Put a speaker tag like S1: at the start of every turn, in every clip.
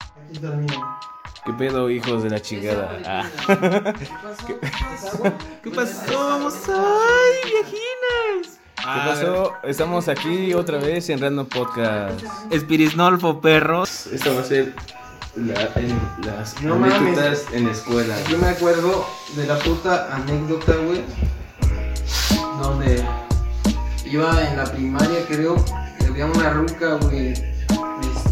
S1: Aquí termina.
S2: ¿Qué pedo, hijos de la chingada? Ah.
S3: ¿Qué pasó?
S1: ¿Qué pasó? ¡Ay, viejines!
S2: ¿Qué pasó? Estamos aquí otra vez en Random Podcast.
S3: Espirisnolfo, perros.
S2: Esta va a ser la- en- las
S1: No
S2: anécdotas en la escuela.
S1: Yo me acuerdo de la puta anécdota, güey. Donde iba en la primaria, creo. y Había una ruca, güey. Este,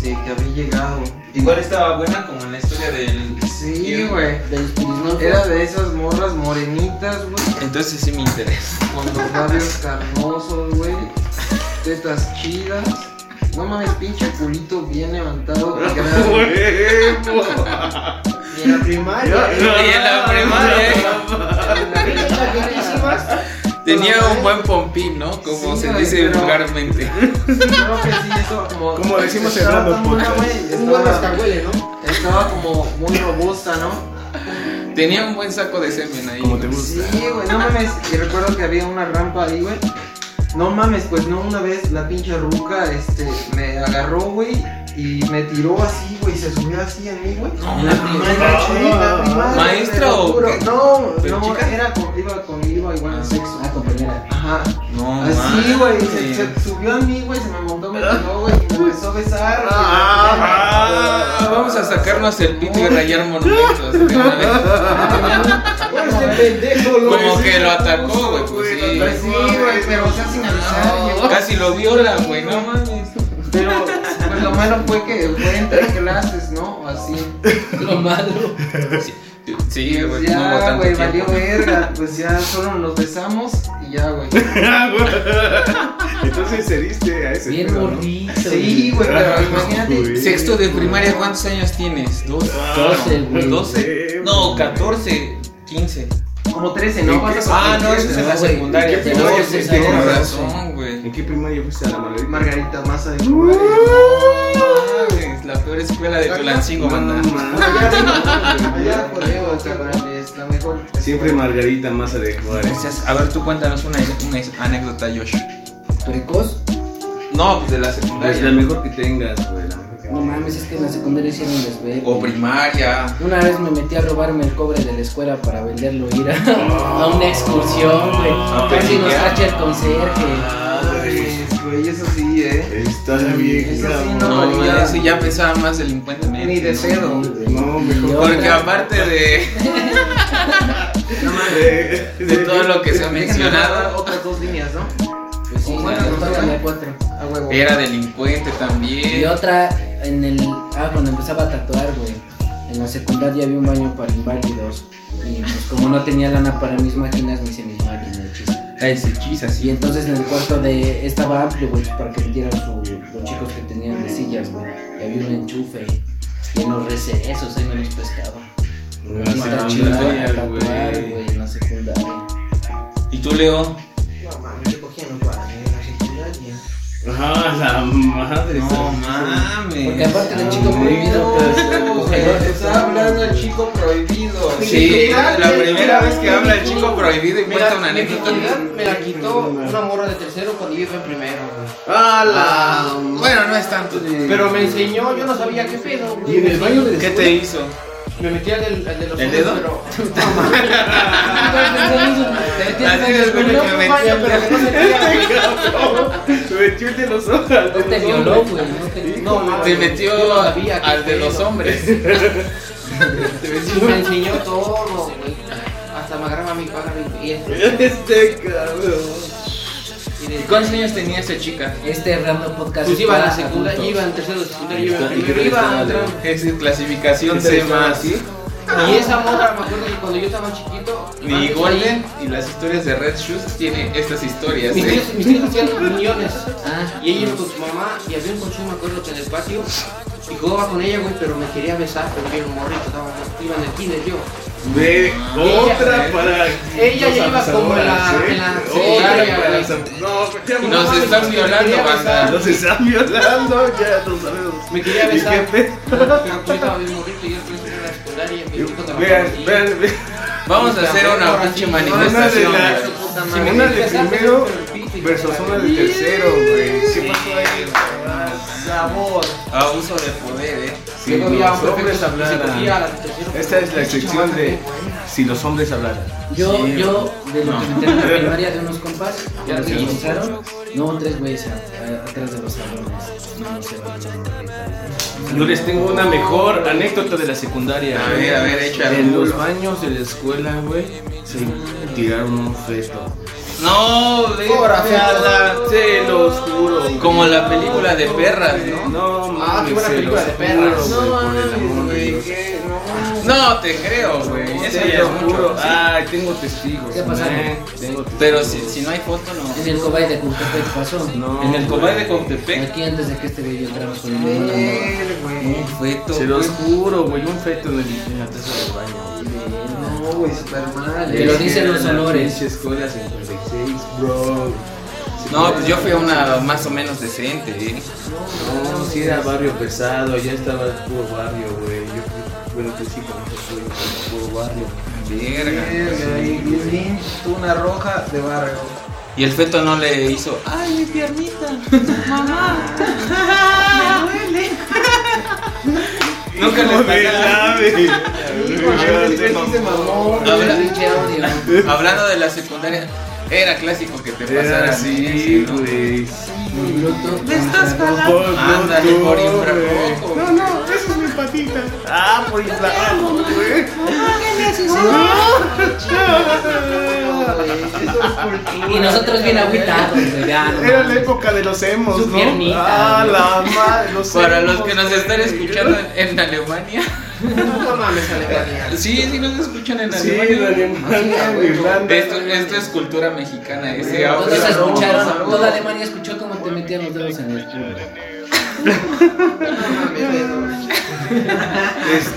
S1: que había llegado.
S3: Igual estaba buena como en la historia del.
S1: Sí, güey.
S4: Del turismo.
S1: Era de esas morras morenitas, güey.
S3: Entonces sí me interesa.
S1: Con los labios carnosos, güey. Tetas chidas. No mames, pinche culito bien levantado. grande.
S4: Y en la primaria.
S3: Y en
S1: eh.
S3: la primaria tenía un buen pompín, ¿no? Como
S1: Sí,
S3: se
S1: güey,
S3: dice
S1: pero-
S3: vulgarmente.
S1: Creo que sí, eso como.
S2: Como decimos en
S1: estaba
S2: Random
S1: tan buena,
S2: Podcast.
S3: pues.
S1: güey,
S4: Un buen
S1: Estaba,
S4: rascahuele, ¿no?
S1: estaba como muy robusta, ¿no?
S3: Tenía un buen saco de semen ahí.
S2: Como te
S1: Sí,
S2: gusta.
S1: güey, no mames. Y recuerdo que había una rampa ahí, güey. No mames, pues no, una vez la pinche ruca, este, me agarró, güey, y me tiró así, güey, se subió así en mí, güey.
S3: No,
S1: En la
S3: mames.
S1: primaria, sí, en la primaria,
S3: ¿Maestra
S1: te lo
S3: o
S1: juro.
S3: qué?
S1: No,
S3: ¿Pero
S1: no,
S3: chica?
S1: era con, iba conmigo igual
S3: Ah.
S1: al sexo.
S4: Ah, compañera.
S1: Ajá.
S3: No,
S1: Así,
S3: mames.
S1: güey, se, se subió a mí, güey, se me montó, me pegó, güey, y me empezó a besar. güey.
S3: Ah, vamos a sacarnos el pito y rayar monumentos. de una vez. ah,
S4: Este pendejo, lo
S3: Como que lo atacó, güey, pues sí.
S1: Pues sí, güey, pero casi me
S3: No,
S1: avisaron.
S3: Casi lo viola, güey, no mames.
S1: Pero pues, lo malo fue que fue entre clases, ¿no? Así.
S4: Lo malo.
S3: Sí,
S1: Pues
S3: güey, no hubo
S1: ya,
S3: tanto
S1: güey,
S3: tiempo.
S1: valió verga. Pues ya solo nos besamos y ya, güey.
S2: Entonces cediste a ese
S4: Bien
S2: pedo, ¿no?
S4: morrito.
S1: Sí, güey, pero
S2: Uy.
S1: imagínate.
S3: Sexto de primaria, ¿cuántos años tienes? ¿Dos?
S4: Doce,
S3: No,
S4: güey.
S3: ¿Doce? No, catorce, quince.
S1: Como 13, ¿no? Vas a
S3: Ah, no,
S1: cumplir
S3: eso es en
S4: No,
S3: la
S4: güey.
S3: secundaria.
S4: ¿Qué te
S3: No,
S4: voy a
S3: pues,
S4: decir?
S3: tienes
S4: No,
S3: razón, güey.
S2: ¿En qué primaria fuiste a la Margarita?
S1: Margarita, masa de chocolate.
S3: Ah, güey, Es la peor escuela de Tulancingo, banda.
S1: Allá por
S2: Margarita.
S1: Diego, chaval, es la mejor.
S2: Siempre Margarita más de Juárez.
S3: Entonces, A ver, tú cuéntanos una, una anécdota, Josh.
S4: Precoz.
S3: No, pues de la
S2: Pues la
S3: secundaria.
S2: mejor que tengas, güey. la mejor que
S4: No mames, es que en la secundaria hicieron desver.
S3: O primaria.
S4: Una vez me metí a robarme el cobre de la escuela para venderlo ir a, a una excursión, güey. Casi nos
S3: pelear.
S4: cacha el conserje.
S1: Madres, güey, eso sí, ¿eh?
S2: Está la
S1: Esa sí
S2: vieja.
S1: no.
S3: No,
S1: ya.
S3: eso ya pensaba más delincuentemente.
S1: Ni de
S3: ¿no?
S1: pedo.
S2: No, mejor.
S4: Yo-
S3: Porque aparte de, de todo lo que se ha
S1: Déjenme mandar
S3: mencionado,
S1: otras dos líneas, ¿no?
S4: Pues sí,
S1: Bueno,
S4: ya
S1: no,
S4: pagan
S1: no.
S4: a cuatro.
S1: A huevo.
S3: era delincuente
S4: Y
S3: también.
S4: otra en el. Ah, cuando empezaba a tatuar, güey. En la secundaria había un baño para inválidos. Y pues como no tenía lana para mis máquinas, me hice mis máquinas. chiste.
S3: Ese chis
S4: Y entonces en el cuarto de. Estaba amplio, güey, para que metieran su- los chicos que tenían de sillas, güey. Y había un enchufe. Y en los recesos ahí me los pescaba. Y está chido para
S2: Secundaria,
S4: tatuar,
S2: güey.
S4: güey, en la secundaria.
S3: ¿Y tú, Leo?
S1: No mames, yo cogía los baños de la secundaria.
S2: Ah, la madre.
S3: No
S4: Porque
S3: mames.
S4: aparte del chico prohibido.
S2: pues.
S1: No, güey, te estaba hablando el chico prohibido.
S3: Sí, la primera vez que habla el chico prohibido y cuenta una anécdota.
S5: Me la quitó una morra de tercero cuando yo iba en primero, güey.
S3: Ah, Bueno, no es tanto.
S5: Pero me enseñó, yo no sabía qué pedo, güey.
S2: Y en el baño de
S3: ¿Qué te hizo?
S5: Me metí al del, al de los
S3: ¿El
S5: hombres,
S3: dedo?
S5: pero.
S3: Así después de que me
S5: Vaya, pero que no se crea.
S2: Se metió el de los ojos. al de
S4: No te
S5: Este
S2: los
S4: Este violó,
S2: ojos.
S4: güey. No te
S5: No, no,
S3: Te
S5: no, yo
S3: metió
S5: no sabía qué
S3: al de los
S5: pedo.
S3: hombres.
S5: Y me enseñó todo, güey. Hasta me agarraba mi paga y este.
S2: Este cabrón.
S5: Y de-
S3: ¿Cuántos años tenía esa chica?
S4: Este random podcast.
S5: Pues iba a la
S4: está
S5: secundaria, yo
S4: junto.
S5: iba en tercero de secundaria, yo iba en
S2: ¿Y qué
S5: primero, iba a
S2: tal?
S5: entrar-
S3: Es de clasificación
S2: ¿Ese
S3: C
S2: estaba
S3: más.
S2: así?
S5: Y esa morra, me acuerdo que cuando yo estaba chiquito.
S3: Ni
S5: antes
S3: Golden
S5: Ah, ahí,
S3: y las historias de Red Shoes tiene estas historias.
S5: Mis
S3: ¿eh?
S5: tíos, mis tíos hacían reuniones.
S4: Ah.
S5: Y ella iba con su mamá y había un coche, me acuerdo que en el patio. Y jugaba con ella, güey, pero me quería besar porque era un morrito, estaba, iba en el kinder yo.
S2: Ve, otra
S5: Ella-
S2: para.
S5: ella ya iba como en la-
S2: abusadores,
S5: en la
S2: ¿eh?
S5: secundaria,
S2: Otra para
S5: güey.
S2: las ab- No, ya
S3: Nos están violando, banda.
S2: Nos están violando, ya lo sabemos.
S5: Me quería
S2: ¿Y
S5: besar.
S2: qué
S5: Pero pues yo estaba bien morrito y yo después en la secundaria. Me
S2: te-
S5: fui con la
S2: Vean,
S5: mamá.
S2: vean, vean.
S3: Vamos a hacer una pinche manifestación.
S2: Una de
S3: güey.
S5: Si me
S2: Una de
S5: quieres besar,
S2: primero
S5: pero el pito y
S2: versus
S5: la
S2: una
S5: verga.
S2: de tercero, güey. ¿Qué pasó ahí?
S3: Abuso de poder, eh.
S2: Si
S5: Luego había
S2: los
S5: un
S2: hombres
S5: prefecto que se cogía a
S2: hablaran.
S5: las terceras
S2: Esta es la
S5: personas.
S2: sección de Si los hombres hablaran.
S4: Yo,
S2: Sí,
S4: yo, de lo que me enteré en la primaria de unos compas, ya
S2: Sí.
S4: me mostraron, no, tres güeyes a- a- atrás de los cabrones. No, no se van
S2: Yo les tengo una mejor anécdota de la secundaria.
S3: A ver, a ver, echa
S2: En
S3: culo.
S2: los baños de la escuela, güey, se tiraron un feto.
S3: No, de
S5: Ahora,
S2: Se los juro. güey.
S3: Como la película de perras, ¿no?
S2: No,
S5: Ah,
S2: mames,
S5: qué buena
S2: se
S5: película
S2: los
S5: de perras.
S2: juro, güey, por el amor de Dios.
S1: ¿qué?
S3: No, te creo, güey. Eso
S2: Te
S3: ya es
S2: lo
S3: mucho.
S2: juro. Ay, tengo testigos.
S4: ¿Qué pasa?
S2: man, Tengo testigos.
S3: Pero si, si no hay foto, no.
S4: En el cobay de Cucatepec pasó.
S2: No.
S3: En el cobay de Contepec.
S4: Aquí antes de que este bello entrara con el
S1: No,
S4: bello.
S1: güey.
S3: Feto.
S2: Se los juro, güey, un feto en, el- en la taza del baño.
S1: No, güey, super mal.
S4: Te lo
S1: eh.
S4: dicen los olores.
S2: Pinche escuela 56, bro.
S3: No, pues yo fui a una más o menos decente, ¿eh?
S2: No, si era barrio pesado, ya estaba el puro barrio, güey. Yo fui- bueno, que sí, con eso fue el puro barrio.
S3: Verga.
S1: Verga, y Bilín, tú una roja de barrio.
S3: Y el feto no le hizo. ¡Ay, mi piernita! ¡Mamá! ¡Me duele! Nunca les pagaron. Habla-
S4: Pinche audio.
S3: Hablando de la secundaria, era clásico que te pasara
S2: Era así,
S3: así, ¿no?
S2: güey.
S4: Bluetooth.
S3: Ándale por infrarrojo.
S2: Ah, por inflado, güey.
S4: Y nosotros bien agüitados, güey. Ya, no
S2: Era la
S4: mames.
S2: época de los emos,
S4: Su
S2: ¿no?
S4: piernita,
S2: ah,
S4: güey.
S2: la madre, los
S3: Para los
S2: emos,
S3: que nos están
S2: güey.
S3: escuchando en, en Alemania.
S1: No mames, Alemania.
S3: Sí, sí nos escuchan en
S2: Sí,
S3: Alemania.
S2: la Alemania, güey, Irlanda.
S3: Esto, esto es cultura mexicana, ese audio.
S4: Todos Pues escucharon,
S3: No,
S4: toda Alemania escuchó cómo te metían los dedos en el culo.
S1: No mames, güey.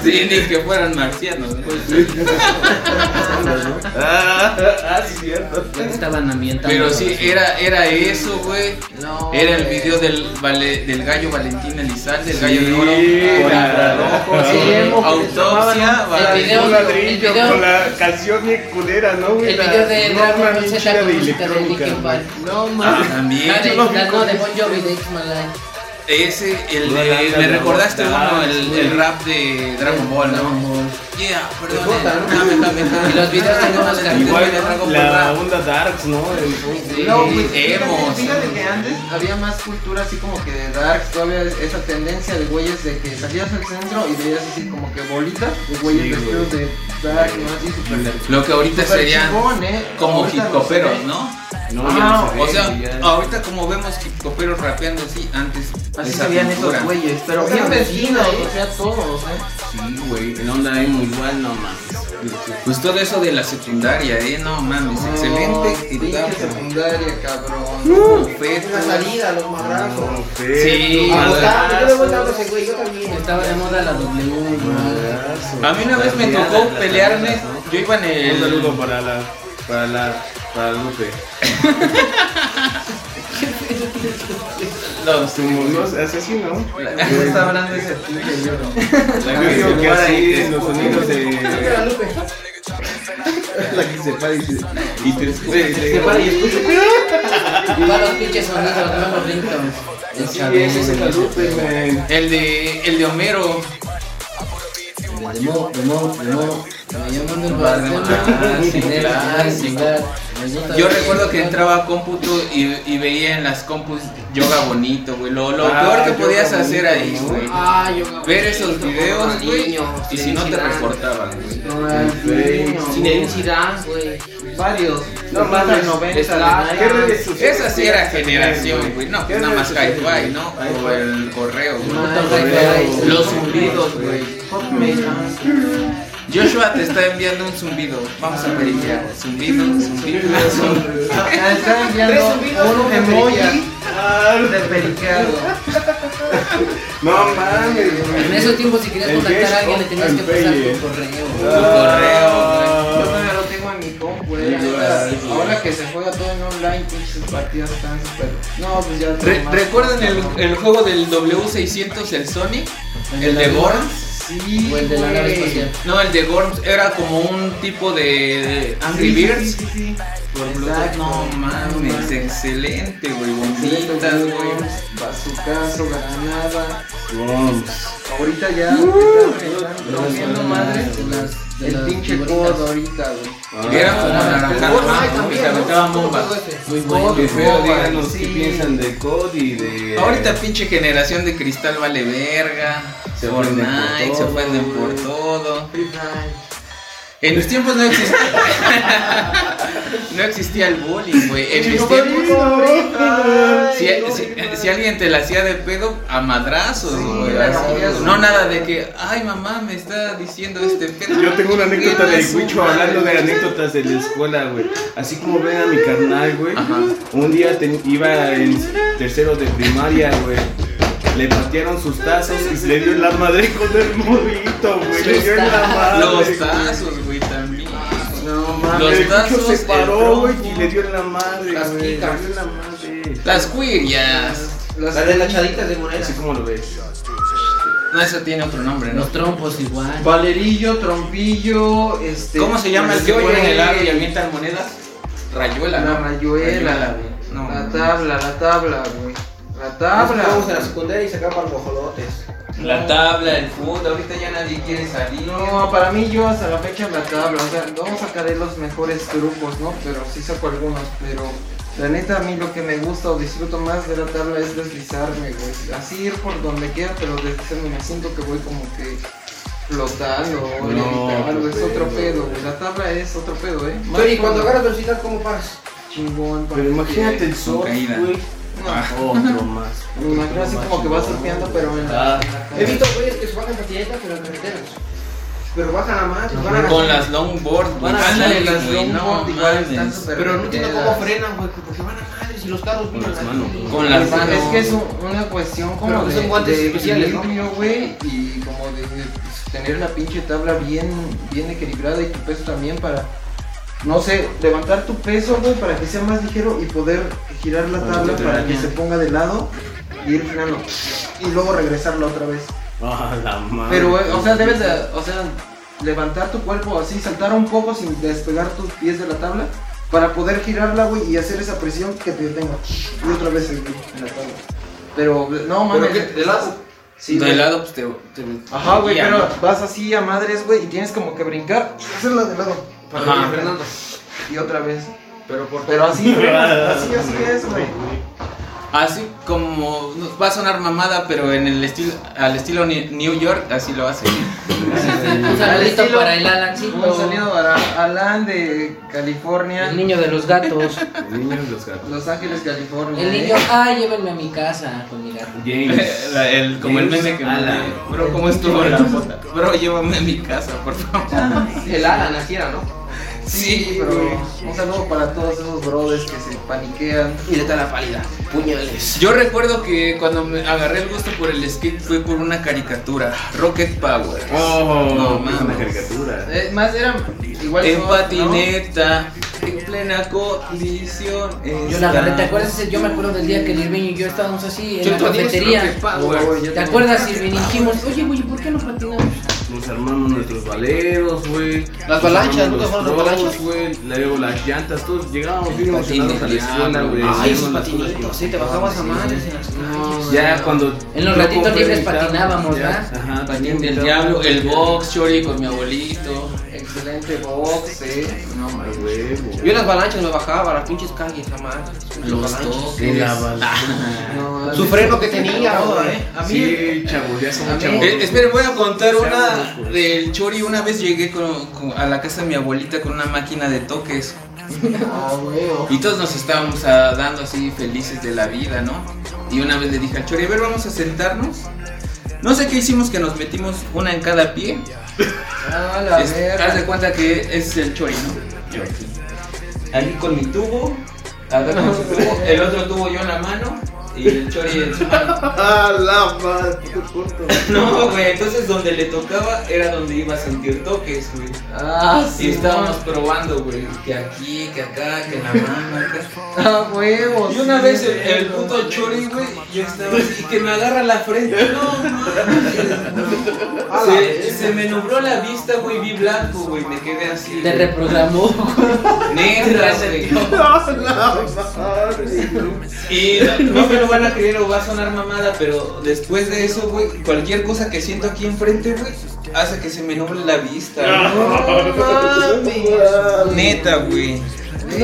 S3: Sí, ni que fueran marcianos. ¿no?
S2: Ah, ah, sí, cierto.
S4: Estaban ambientando.
S3: Pero sí, era, era eso, güey.
S1: No,
S3: Era el
S1: güey.
S3: video del, vale- del gallo Valentín Elizalde, el
S2: Sí,
S3: gallo de oro. Por infrarrojo,
S4: sí,
S3: sí.
S4: emo
S1: que se
S3: Autopsia,
S1: tomaban
S3: Valentín.
S4: el video-
S2: Un
S4: el
S2: ladrillo
S4: video-
S2: con la canción bien culera, ¿no, güey?
S4: El
S2: La-
S4: video de
S2: no,
S4: Dragon
S2: una
S4: Ball
S2: bien
S4: Z
S2: chida
S4: con
S2: de
S4: música de
S2: electrónica,
S4: Linkin
S2: güey.
S4: Park.
S1: No mames.
S3: También.
S4: La de, la no, de Bon Jovi de It's My Life.
S3: Ese, el
S2: Una
S3: de.
S2: lata
S3: Me
S2: de
S3: recordaste
S2: aguacate,
S3: uno, el, el rap de Dragon Ball,
S4: Dragon
S3: ¿no?
S4: Ball.
S3: Yeah, perdón. eh.
S1: Jota, ¿no?
S3: Dame, dame, dame.
S4: Y los videos de unos
S3: Dame,
S4: carteles
S3: dame,
S4: de
S3: Dragon
S2: Igual
S3: Ball
S2: la
S3: rap.
S2: onda Darks, ¿no? El-
S3: Sí,
S1: No, güey, fíjate,
S3: emos.
S1: fíjate que antes había más cultura así como que de darks, todavía esa tendencia de güeyes de que salías al centro y veías así como que bolitas de güeyes
S2: Sí,
S1: vestidos de dark, ¿no? Así súper
S3: Lo que ahorita
S1: súper
S3: serían
S1: chingón, ¿eh?
S3: como
S1: Ahorita
S3: hip
S1: no sé.
S3: hoperos, ¿no?
S2: No,
S1: Ah,
S2: ya no se
S3: O
S2: ve, ya.
S3: sea, ahorita como vemos hip hoperos rapeando así, antes.
S1: Así
S3: esa
S1: se veían
S3: cultura.
S1: esos güeyes, pero
S4: O sea,
S1: bien vestidos,
S4: vecina, ¿eh?
S1: o sea, todos, ¿eh?
S2: Sí, güey, en onda emo igual, no mames.
S3: Pues todo eso de la secundaria, eh, no mames, excelente Uh.
S1: Pinche
S3: etapa.
S1: secundaria, cabrón.
S3: Feto.
S1: Una salida, los madrazos.
S3: Sí,
S2: Ah,
S1: Agotado, yo le voy a dar a
S3: madrazos.
S1: ese pues, güey, yo también.
S4: Estaba de moda la W. ¿no?
S3: a mí una vez me tocó pelearme, yo iba en
S2: Un
S3: el...
S2: saludo para la. para la. para Lupe.
S3: Los,
S2: Los asesinos.
S1: Yo estaba hablando de ese tío que yo no.
S2: La que digo que así en los sonidos de.
S1: Lupe.
S2: La que se para y se. Y te se- se-
S1: Se para y escucha.
S4: Todos los pinches sonidos, nuevos ringtones. El
S2: Sí,
S4: Chabelo,
S2: ese es
S4: el
S2: la Lupe, güey.
S3: el de el de Homero,
S4: De Mo, de Mo, de Mo. Me llaman del Barcelona.
S3: Ah, sí,
S4: Del
S3: clásico.
S4: Barcelona.
S3: yo recuerdo que entraba a cómputo y, y veía en las compus yoga bonito, güey, lo, lo
S2: Ah,
S3: peor que
S2: yoga
S3: podías
S2: bonito,
S3: hacer ahí,
S2: ¿no?
S3: güey.
S5: Ah, yo
S3: Ver esos videos, güey, y si no te reportaban, güey.
S5: Sin Zidane, güey.
S1: Varios.
S2: No mames,
S1: 90 de
S5: Slash.
S1: Nike.
S3: Esa Pues, sí era generación, güey, no, pues nada más hi ¿no? O
S2: Hi-Fi.
S3: el correo, güey.
S1: Puta madre.
S3: Los zumbidos, güey.
S1: Hotmail.
S3: Joshua te está enviando un zumbido. Vamos a verificar. Zumbido, zumbido, zumbido.
S1: Ah, Está enviando un emoji de pericado.
S2: No mames, güey.
S4: En esos tiempos, si querías
S2: El
S4: contactar a alguien, le
S2: Facebook,
S4: tenías que
S2: el Facebook.
S4: pasar tu correo.
S2: Ah.
S3: Tu correo,
S1: Yo todavía lo tengo en mi compu, eh, la neta. Ahora que se juega todo en online, pinches partidas están súper. No, pues ya.
S3: Re- ¿Recuerdan el, el juego del W600, el Sonic? El de Gorms.
S1: Sí,
S4: O el de la nave espacial.
S3: No, el de Gorms era como un tipo de Angry Birds.
S1: Ah, Sí, sí, sí.
S3: Por Bluetooth, no mames, excelente, güey. Bonitas, güey.
S1: Bazucazo, ganaba.
S2: Drums.
S1: Ahorita ya güey, están rompiendo madre
S4: las- de
S1: el
S4: las
S1: pinche
S4: figuritas.
S1: codo ahorita, güey.
S3: Y era como
S4: Ah,
S3: anaranjado, ¿no? Y se aventaban bombas.
S4: Muy bueno.
S2: Qué feo, díganos
S1: sí.
S2: qué piensan de Cody y de.
S3: Ahorita pinche generación de cristal vale verga.
S2: Se ofenden por
S3: Fortnite, se
S2: todo,
S3: ofenden por
S2: güey.
S3: todo. En los tiempos no existía. no existía el bullying, güey. En mis tiempos. Si, si- eh, si alguien te la hacía de pedo, a madrazos,
S1: Sí,
S3: güey.
S1: la
S3: así.
S1: cambias,
S3: no
S1: güey.
S3: nada de que, ay mamá, me está diciendo este pedo.
S2: Yo tengo una anécdota de
S3: Su
S2: Huicho
S3: madre.
S2: hablando de anécdotas de la escuela, güey. Así como ven a mi carnal, güey.
S3: Ajá.
S2: Un día ten- iba en tercero de primaria, güey. Le patearon sus tazos y le dio en la madre con el morrito, güey. Le dio en la madre.
S3: Los
S2: güey.
S3: tazos, güey, también.
S1: No
S3: Los
S2: El bicho
S3: tazos,
S2: se
S3: el
S2: paró,
S3: tronco.
S2: güey, y le dio en la madre,
S5: Las
S2: güey. Le dio
S5: picas.
S2: en la madre.
S3: Las cuirias.
S1: Las
S5: Las relachaditas de moneda.
S2: Así como lo ves.
S3: No, eso tiene otro nombre, ¿no?
S4: Los trompos igual.
S1: Valerillo, trompillo, este.
S3: ¿Cómo se llama el que
S1: yo
S3: pone en el agua y avientan monedas? Rayuela.
S1: La
S3: ¿no?
S1: rayuela, güey.
S3: No.
S1: La tabla, la tabla, güey. La tabla.
S5: Estábamos en la secundaria y sacaban guajolotes.
S3: La tabla, el fútbol, ahorita ya nadie quiere salir.
S1: No, para mí yo hasta la fecha la tabla, o sea, no sacaré los mejores trucos, ¿no? Pero sí saco algunos, pero la neta a mí lo que me gusta o disfruto más de la tabla es deslizarme, güey. Así ir por donde quiera, pero deslizarme, me siento que voy como que flotando o
S2: No,
S1: levitando, es
S2: otro
S1: otro
S2: pedo.
S1: pedo, güey. La tabla es otro pedo, ¿eh?
S5: Pero y cuando agarras velocidad, ¿cómo paras?
S1: Chingón. para que-
S2: Pero imagínate el surf,
S3: caída.
S2: güey.
S1: No,
S2: Ah, Otro más.
S1: me imagino así como que vas surfeando, pero en la...
S2: Ah.
S5: He visto güeyes que se bajan patinetas pero en carreteras. Pero bajan a más, van a
S3: Con las longboard, güey.
S5: Van a
S3: Ándale,
S1: hacer
S3: las
S1: güey,
S3: longboard
S1: no
S3: igual
S1: mames.
S3: están súper
S5: Pero no entiendo cómo
S1: Las-
S5: frenan, güey, porque van a madres y los carros vienen
S2: las
S5: aquí.
S2: manos, güey.
S3: Con las
S1: Pues,
S3: manos.
S1: Es que es un- una cuestión como
S5: Pero que
S1: de,
S5: son guantes
S1: de
S5: especiales, ¿no?
S1: equilibrio, güey, y como de, de, pues, tener la pinche tabla bien, bien equilibrada y tu peso también para, no sé, levantar tu peso, güey, para que sea más ligero y poder girar la
S2: Bueno,
S1: tabla
S2: te
S1: para que
S2: daña.
S1: se ponga de lado y ir girando y luego regresarla otra vez.
S2: Ah, la madre.
S1: Pero, güey, o sea, debes de, o sea, levantar tu cuerpo así, saltar un poco sin despegar tus pies de la tabla. Para poder girarla, güey, y hacer esa presión que te detenga. Y otra vez seguir en la tabla. Pero, no mames.
S5: qué? ¿De lado?
S1: Sí,
S3: de
S1: güey.
S3: lado, pues te. te
S1: Ajá, güey,
S3: guía,
S1: pero
S3: ¿no?
S1: vas así a madres, güey, y tienes como que brincar. y Hacerla de lado.
S5: Para
S3: Ajá.
S5: ir frenando.
S1: Y otra vez.
S5: Pero por
S1: Pero así, güey, así, así es, güey.
S3: Así como. no, Va a sonar mamada, pero en el estilo. Al estilo Ni- New York, así lo hacen.
S4: Un saludito para el Alancito.
S1: Un saludo para Alan de California,
S4: El niño de los gatos.
S2: Niños los gatos.
S1: Los Ángeles, California.
S4: El
S1: ¿eh?
S4: niño, ay, llévenme a mi casa con mi gato.
S2: James.
S3: La- el- como el
S2: James
S3: meme que me
S2: Alan.
S3: Bro, ¿cómo estuvo la foto? Bro, llévame a mi casa, por favor.
S5: El ala naciera, ¿no?
S1: Sí, pero un saludo para todos esos brothers que se paniquean.
S5: Mírate a la pálida. Puñales.
S3: Yo recuerdo que cuando me agarré el gusto por el skate fue por una caricatura, Rocket Power.
S2: Oh,
S3: No,
S2: es una
S3: mames.
S2: caricatura.
S1: Eh, más eran igual
S3: En
S1: son,
S3: patineta, en plena condición.
S4: Yo la agarré, ¿te
S3: está.
S4: acuerdas? ese? Yo me acuerdo del día que el Irving y yo estábamos así en
S3: Yo
S4: la
S3: te digo, creo
S4: cafetería.
S3: que Power.
S1: Oh, yo
S4: ¿Te acuerdas, Irving? Y Dijimos, oye, güey, ¿por qué no patinamos?
S2: Nos armamos nuestros valeros, güey. Nos
S5: avalanchas,
S2: armamos
S5: ¿no te
S2: los
S5: acuerdas de las
S2: trozos,
S5: avalanchas?
S2: güey. Luego las llantas, todos llegábamos bien
S3: Patines,
S2: emocionados a la escuela, güey.
S3: diablo.
S5: Ay,
S2: Hacíamos
S5: esos
S2: las cosas
S5: patinitos,
S2: que-
S5: sí, te bajabas a madres en las calles.
S2: Ya cuando.
S4: En los
S2: yo
S4: ratitos
S2: compré
S4: libres
S2: mi tabla,
S4: patinábamos,
S2: ya,
S4: ¿verdad?
S2: Ajá,
S3: Patín del
S2: mi
S3: diablo,
S2: tabla,
S3: el
S2: ya.
S3: box, chori con mi abuelito.
S1: Excelente box, eh. No
S2: A
S1: mames.
S2: huevo.
S5: Yo en las avalanchas me bajaba a las pinches calles, la madre.
S3: Los
S2: Sí,
S3: toques.
S2: la bala.
S1: No,
S5: Su freno que tenía,
S1: todo,
S5: güey.
S1: eh. A mí.
S2: Sí, chavos, ya somos
S1: a mí-
S2: chavos.
S3: Eh, esperen, voy a contar una
S2: Seamos
S3: del chori. Una vez llegué con- con- a la casa de mi abuelita con una máquina de toques.
S1: Ah, güey, oh.
S3: Y todos nos estábamos ah, dando así felices de la vida, ¿no? Y una vez le dije al Chori, a ver, vamos a sentarnos. No sé qué hicimos que nos metimos una en cada pie.
S1: Ah, la
S3: Es- Haz de
S1: verga.
S3: cuenta que es el Chori, ¿no? Yo aquí. Aquí con mi tubo, acá con su tubo, el otro tubo yo en la mano.
S6: y el chori en su mano.
S2: ¡Ah, la madre! puto corto.
S6: No, güey, entonces donde le tocaba era donde iba a sentir toques, güey.
S1: Ah,
S6: Y
S1: sí,
S6: estábamos probando, güey, que aquí, que acá, que en la mano, acá.
S1: Ah, huevos.
S6: Y una vez el, el puto chori, güey, yo estaba así, que me agarra la frente. No, mames. Se, se me nubló la vista, güey, vi blanco, güey, me quedé así.
S4: Te
S6: güey.
S4: reprogramó.
S6: Negra, güey.
S2: ¡Ah, la madre!
S6: Y no me lo van a creer o va a sonar mamada, pero después de eso, güey, cualquier cosa que siento aquí enfrente, güey, hace que se me nuble la vista. güey. Neta, güey.
S4: Y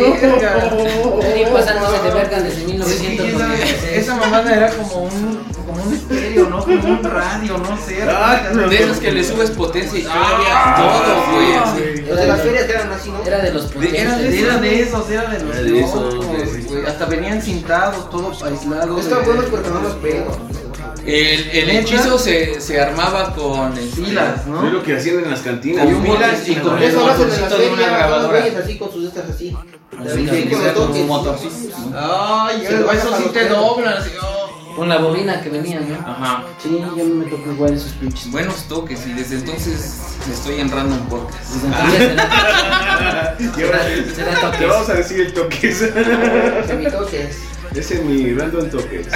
S4: pues antes se te vergan desde
S1: Es que esa,
S4: 1996.
S1: esa mamada era como un, como un estéreo, ¿no? Como un radio, no sé.
S2: Ah, no.
S3: De esos que le subes potencia y todavía todo, güey. así.
S5: Los de las ferias eran así, ¿no?
S4: Era de los
S1: Era de,
S4: potentes.
S1: era de esos, era de los
S2: Era de esos,
S1: locos,
S2: de esos.
S1: güey. Hasta venían cintados, todos aislados.
S5: Están
S1: güey.
S5: buenos porque no los pego.
S3: El, el hechizo se, se armaba con este,
S1: Filas,
S2: Es
S1: ¿no?
S2: lo que hacían en las cantinas.
S3: con
S2: güey.
S3: pilas y con
S5: Por
S3: el
S5: eso lo hacen en las
S3: botoncito de una
S5: ferias, los
S3: grabadora.
S5: güeyes así con sus estas
S4: Así,
S5: así. Sí,
S4: así,
S5: con los toques.
S1: Ay,
S5: Se lo
S1: eso
S5: bajan
S1: sí te
S5: a los perros.
S1: doblan. así, oh.
S4: Con la bobina que venía, ¿no?
S3: Ajá.
S4: Sí, yo me tocó igual esos pinches.
S3: Buenos toques y desde entonces estoy en Random Podcast.
S4: Desde entonces
S2: Y ahora
S4: se da
S2: te
S4: toques.
S2: vamos a decir el toques.
S5: Semitoques.
S2: Ese es mi random toques.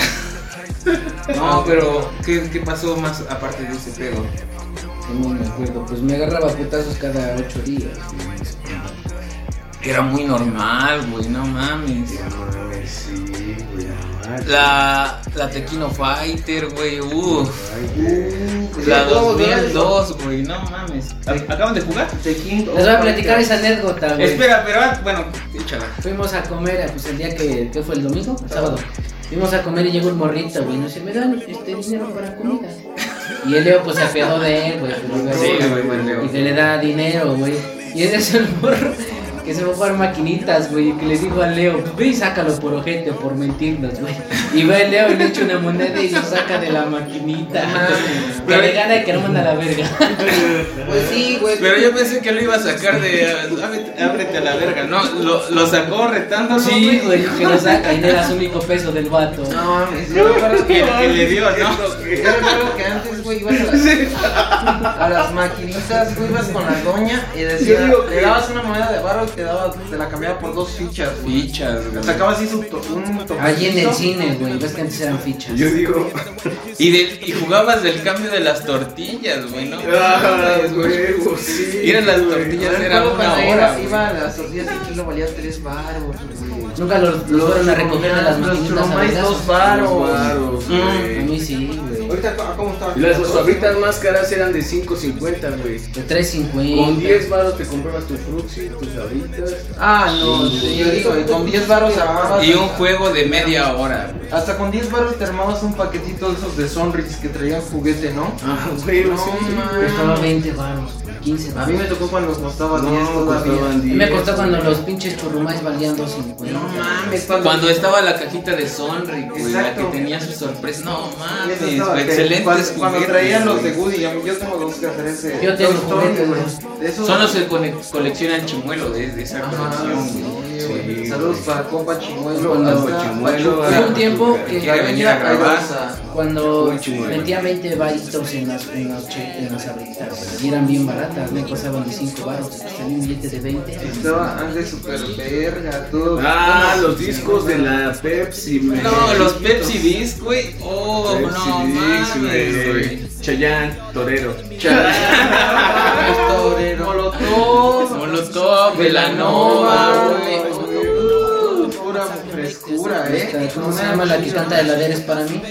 S3: No, pero ¿qué, qué pasó más aparte de ese pedo?
S4: Que No me acuerdo, pues me agarraba putazos cada ocho días.
S3: Era muy normal, güey, no mames.
S2: Sí, güey.
S3: La, la Tequino Fighter, güey, uff. La
S5: Sí, todos, ¿verdad?
S3: 2002, güey, no mames. ¿Acaban de jugar?
S4: Les voy a platicar esa anécdota, güey.
S3: Espera, pero ah, bueno, échala.
S4: Fuimos a comer, eh, pues el día que, ¿qué fue el domingo, el sábado. Fuimos a comer y llegó un morrito, güey, no se me dan este dinero para comida. Y el Leo pues se apiadó de él, güey, pues, iba
S3: Sí,
S4: así,
S3: güey, buen Leo.
S4: y que le da dinero, güey. Y ese es el morro que se fue a jugar maquinitas, güey, y que le dijo al Leo, "Pues, ve y sácalo por ojete, por mentirnos, güey. Y va el Leo y le echa una moneda y lo saca de la maquinita.
S3: Ah,
S4: Que le gana y que no manda a la verga.
S5: Pues sí, güey.
S3: Pero yo pensé que lo iba a sacar de. ah, Ábrete, ábrete a la verga. No, lo, lo sacó retándolo.
S4: Sí, güey, que lo saca y le da su único peso del vato.
S1: No mames, yo me acuerdo que-
S3: Que le dio, ¿no?
S1: Yo recuerdo que antes, güey, ibas a las, a las maquinitas, güey, ibas con la doña y decía, le dabas una moneda de barro y te, daba, te la cambiaba por dos fichas, güey.
S3: Fichas, güey.
S1: Sacaba así su to- un toquecito.
S4: Allí en el cine, güey, ves que antes eran fichas.
S2: Yo digo,
S3: Y, de- y jugabas del cambio de las tortillas, güey, ¿no?
S2: ah, huevo, sí.
S3: Ir a las
S2: güey.
S3: tortillas era
S1: Luego
S3: una
S1: cuando
S3: hora.
S1: ibas,
S3: güey.
S1: iba a las tortillas de kilo valía tres baros, güey.
S4: Nunca los, los fueron a recoger a las
S1: Los
S4: maquinitas a
S1: churumais,
S4: vergazos.
S1: dos varos.
S2: Dos varos,
S4: A
S2: güey.
S4: mí sí, güey.
S5: Ahorita, ¿cómo- ¿cómo está?
S2: Y Las sabritas más caras eran de 5.50, güey.
S4: De
S2: Con
S4: 3.50.
S2: 10 baros te comprabas tu fruxi, tus sabritas.
S1: Ah, no, sí, yo digo, güey, con 10 baros armabas.
S3: Y un juego de media hora, güey.
S1: Hasta con 10 baros te armabas un paquetito de esos de Sonris que traían juguete, ¿no?
S2: Ah, güey,
S1: No,
S2: sí.
S4: Costaba
S1: mames.
S4: 20 baros, güey, 15
S1: A mí me
S4: baros.
S1: tocó cuando costaba 10
S2: No,
S1: todavía.
S2: costaban 10.
S4: Me costó cuando los pinches churrumais valían 2.50.
S1: No mames, cuando,
S3: Cuando estaba la cajita de Sonry, güey, la que
S1: Exacto.
S3: tenía su sorpresa. No mames,
S1: Ah, Eso estaba
S3: güey,
S1: que-
S3: excelentes
S1: cuando, cuando
S3: juguetes,
S1: traían los de
S3: güey.
S1: Woody, a mí- yo tengo dos que hacer ese.
S4: Yo tengo
S1: Toy Story,
S4: juguetes,
S1: güey.
S4: güey.
S1: De esos-
S3: Son los que cone- coleccionan chimuelos de, de esa
S1: Ajá, sí,
S3: colección, güey.
S1: güey.
S2: Sí,
S1: Saludos
S2: güey.
S1: para compa Chimuelo.
S4: Cuando
S1: hasta
S2: Chimuelo,
S1: Pachuca.
S4: Hubo un tiempo
S3: Que
S4: que
S3: venía a grabar.
S4: cuando
S2: Muy chingón.
S4: metía 20 baritos en las, en las, che- en las abritas, y eran bien baratas, me costaban de 5 baros, salía un billete de 20.
S1: Estaba antes super verga, todo.
S2: Ah,
S1: Bueno,
S2: los discos de la Pepsi, güey.
S3: No, los Pepsi Disc, güey. Oh,
S2: Pepsi
S3: no
S2: Disc,
S3: mames, güey.
S2: güey. Chayanne, Torero.
S1: Torero. Molotov.
S3: Molotov, Velanova, güey.
S1: güey. Pura frescura, eh.
S4: Esta, ¿Cómo se llama la que canta heladera es para mí?